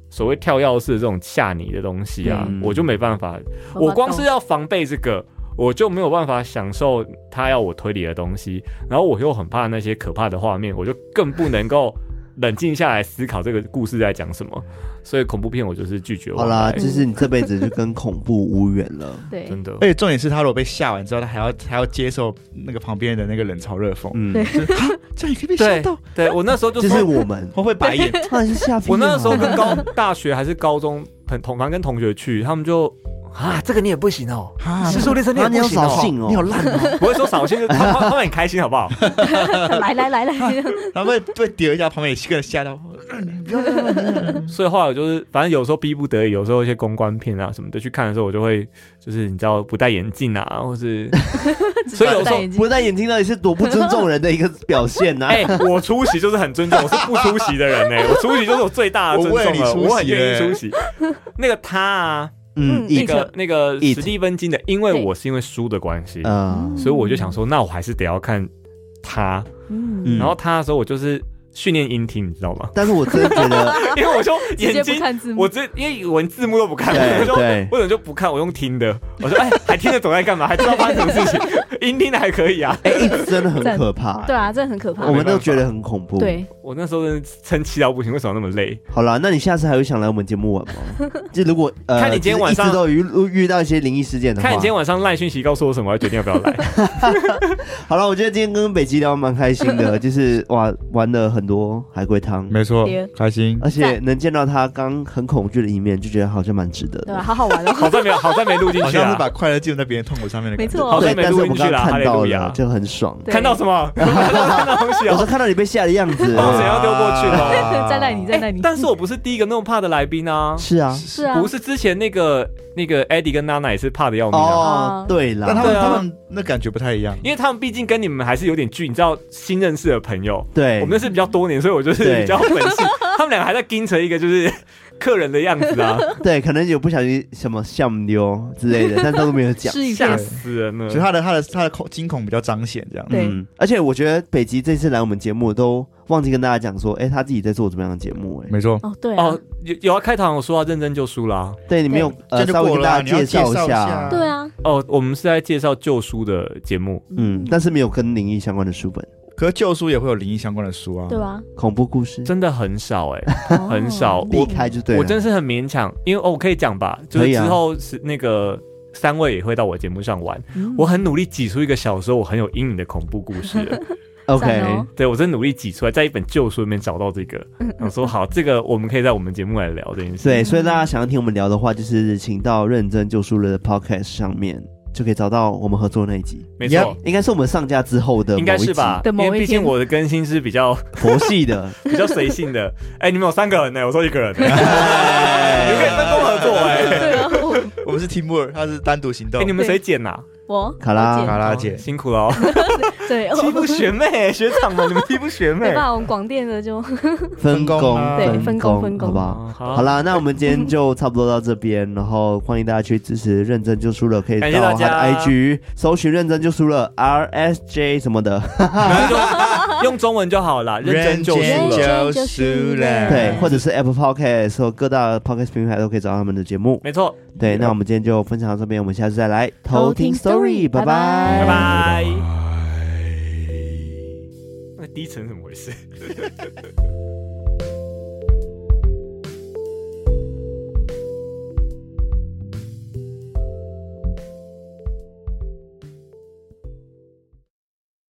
S2: 所谓跳钥匙的这种吓你的东西啊，
S1: 嗯
S2: 我就没办法，我光是要防备这个。我就没有办法享受他要我推理的东西，然后我又很怕那些可怕的画面，我就更不能够冷静下来思考这个故事在讲什么。所以恐怖片我就是拒绝往
S1: 好啦，
S2: 来。哎
S1: 就是你这辈子就跟恐怖无缘了。
S3: 对
S2: 真的，
S4: 而且重点是他如果被吓完之后，他还要还要接受那个旁边的那个冷嘲热讽，
S1: 嗯，
S3: 对
S4: 这样也可以被吓
S2: 对
S4: 到，
S2: 对，我那时候就
S1: 就
S2: 说
S1: 是我们，
S4: 我会白 眼。
S1: 那你是吓屁啊
S2: 我那时候跟高大学还是高中朋同反正跟同学去，他们就啊，这个你也不行哦，
S4: 啊
S2: 是说列车你也
S1: 啊，你
S2: 不
S1: 有
S2: 行
S1: 扫
S2: 哦，
S1: 兴哦，你好烂哦，
S2: 不会说扫兴，就他们他们很开心好不好？
S3: 来来来来，
S4: 然后被被叠一下，旁边也跟着吓到。
S2: 所以后来我就是，反正有时候逼不得已，有时候一些公关片啊什么的去看的时候，我就会就是你知道不戴眼镜啊，或是 所以有时
S3: 戴
S2: 候
S3: 眼镜
S1: 不戴眼镜到底是多不尊重人的一个表现啊呐、
S2: 哎、我出席就是很尊重，我是不出席的人呢、欸我出席就是我最大的尊
S4: 我为
S2: 重
S4: 你
S2: 了，
S4: 出席
S2: 我很愿意
S4: 欸
S2: 出席。那个他啊，
S1: 嗯，
S3: 嗯
S1: 一
S2: 那
S1: 个，
S2: 个那个
S1: It
S2: 史蒂芬金的，因为
S3: 对
S2: 我是因为书的关系，
S1: 嗯，？
S2: 所以我就想说，那我还是得要看他。
S3: 嗯，
S2: 然后他的时候，我就是训练音听，你知道吗
S1: 但是我真的觉得，
S2: 因为我就
S3: 直
S2: 眼
S3: 接不
S2: 睛，
S3: 看字幕
S2: 我，直接因为文字幕都不 看，我
S1: 对
S2: 就
S1: 对，
S2: 我怎么就不看？我用听的，我说哎，还听得懂在干嘛？还知道发生什么事情？音听的还可以啊。
S1: 哎、一直真的很可怕、
S3: 对啊，这很可怕
S1: 我，们都觉得很恐怖。，
S3: 对，
S2: 我那时候真的生气到不行，为什么那么累？
S1: 好啦，那你下次还会想来我们节目玩 吗？就如果呃，
S2: 看你今天晚上
S1: 就是一直都遇遇到一些灵异事件的话，
S2: 看你今天晚上赖讯息告诉我什么，我要决定要不要来。
S1: 好了，我觉得今天跟北极聊得蛮开心 的，就是哇，玩了很多海龟汤，
S4: 没错
S3: 叠，
S4: 开心。
S1: 而且能见到他刚很恐惧的一面，就觉得好像蛮值得
S3: 对
S1: 的
S3: 吧？。好好玩哦，
S2: 好在没有，好在没录进
S4: 好
S2: 去
S4: 像是
S2: 啊。
S4: 把快乐记录在别人痛苦上面的
S3: 没
S4: 感觉。
S3: 错，
S2: 好
S1: 哦对，
S2: 像没
S1: 但是
S2: 录
S1: 我
S2: 进
S1: 们
S2: 去
S1: 刚
S2: 啦
S1: 刚看
S2: 哈
S1: 到
S2: 利路亚
S1: 了，就很爽。
S3: 对
S2: 看到什么？看到东西
S1: 我
S2: 啊
S1: 是！看到你被吓的样子，
S2: 把谁要丢过去的
S4: 啊
S3: 再赖你，再赖你，
S2: 哎但是我不是第一个那么怕的来宾啊。
S1: 是啊，
S3: 是啊，
S2: 不是之前那个那个 Eddie 跟娜娜也是怕的要命啊，
S1: 哦，对啦，
S4: 但他们
S2: 对啊
S4: 他们那感觉不太一样。
S2: 因为他们毕竟跟你们还是有点距，你知道新认识的朋友，
S1: 对，
S2: 我们是比较多年，所以我就是
S1: 对
S2: 比较本性， 他们两个还在盯着一个就是客人的样子啊，
S1: 对，可能有不小心什么像妞之类的， 但他都没有讲。
S3: 试一
S2: 吓
S3: 下，
S2: 死人了
S4: 所以。他的他的他的恐惊恐比较彰显，这样。
S3: 对
S1: 嗯，而且我觉得北极这次来我们节目都忘记跟大家讲说，哎、他自己在做怎么样的节目、哎，
S4: 没错，
S3: 哦，对啊
S2: 哦，，有有啊，开场我说啊，认真就输啦、
S1: 对，你没有呃
S4: 这样就
S1: 稍微
S4: 过
S1: 跟
S4: 了啊
S1: 大家介绍
S4: 你要介绍一下
S3: 对啊，
S2: 哦，我们是在介绍旧书的节目，
S1: 嗯，但是没有跟灵异相关的书本，
S4: 可是旧书也会有灵异相关的书啊。
S3: 对吧？
S1: 恐怖故事
S2: 真的很少哎、
S3: 哦
S2: 很少
S1: 避开就对了。啊
S2: 我真是很勉强，因为哦，我可以讲吧，就
S1: 可
S2: 是
S1: 以
S2: 之
S1: 啊
S2: 后是那个。三位也会到我节目上玩。
S3: 嗯
S2: 我
S3: 哦
S2: 很努力挤出一个小时候我很有阴影的恐怖故事了，
S1: OK，
S3: 赞哦
S2: 对我真努力挤出来，在一本旧书里面找到这个，我说好，这个我们可以在我们节目来聊这件事。
S1: 对，嗯所以大家想要听我们聊的话，就是请到认真救赎了的 Podcast 上面。就可以找到我们合作的那一集，
S2: 没错
S1: Yep，应该是我们上架之后的某一
S2: 应
S1: 集，
S2: 该是吧？
S3: 的
S2: 因
S3: 某一
S2: 为毕竟
S3: 天
S2: 我的更新是比较
S1: 佛系 的，
S2: 比较随性的。 哎、你们有三个人呢、我说一个人、你 们可以分工合作哎、
S3: 对啊，
S4: 我们是 teamwork，他是单独行
S2: 哎、
S4: 动。
S2: 你们谁剪呐、
S3: 我
S1: 卡拉
S3: 我姐
S4: 卡拉姐
S2: 哦，辛苦 了、哦，
S3: 对，
S2: 欺负
S3: 我
S2: 学妹、 学长啊们，你们欺负学
S3: 没
S2: 妹
S3: 办。法，我们广电的就
S1: 分
S4: 分工
S1: 工，
S4: 啊对
S3: 分工分工
S1: 好不好？
S2: 哦
S1: 好，啦，那我们今天就差不多到这边，然后欢迎大家去支持认真就输了，可以
S2: 感谢
S1: 到
S2: 大
S1: 他的
S2: 家
S1: IG 搜寻认真就输了 R S J 什么的，
S2: 用中文就好啦， 认真就输
S3: 认真
S2: 了。
S3: 就输了
S1: 对，或者是 Apple Podcast 或各大 Podcast 平台都可以找到他们的节目。
S2: 没错，
S1: 对，那我们今天就分享到这边，我们下次再来
S3: 偷听 story，
S1: 拜
S3: 拜拜
S2: 拜拜。那低沉怎么回事？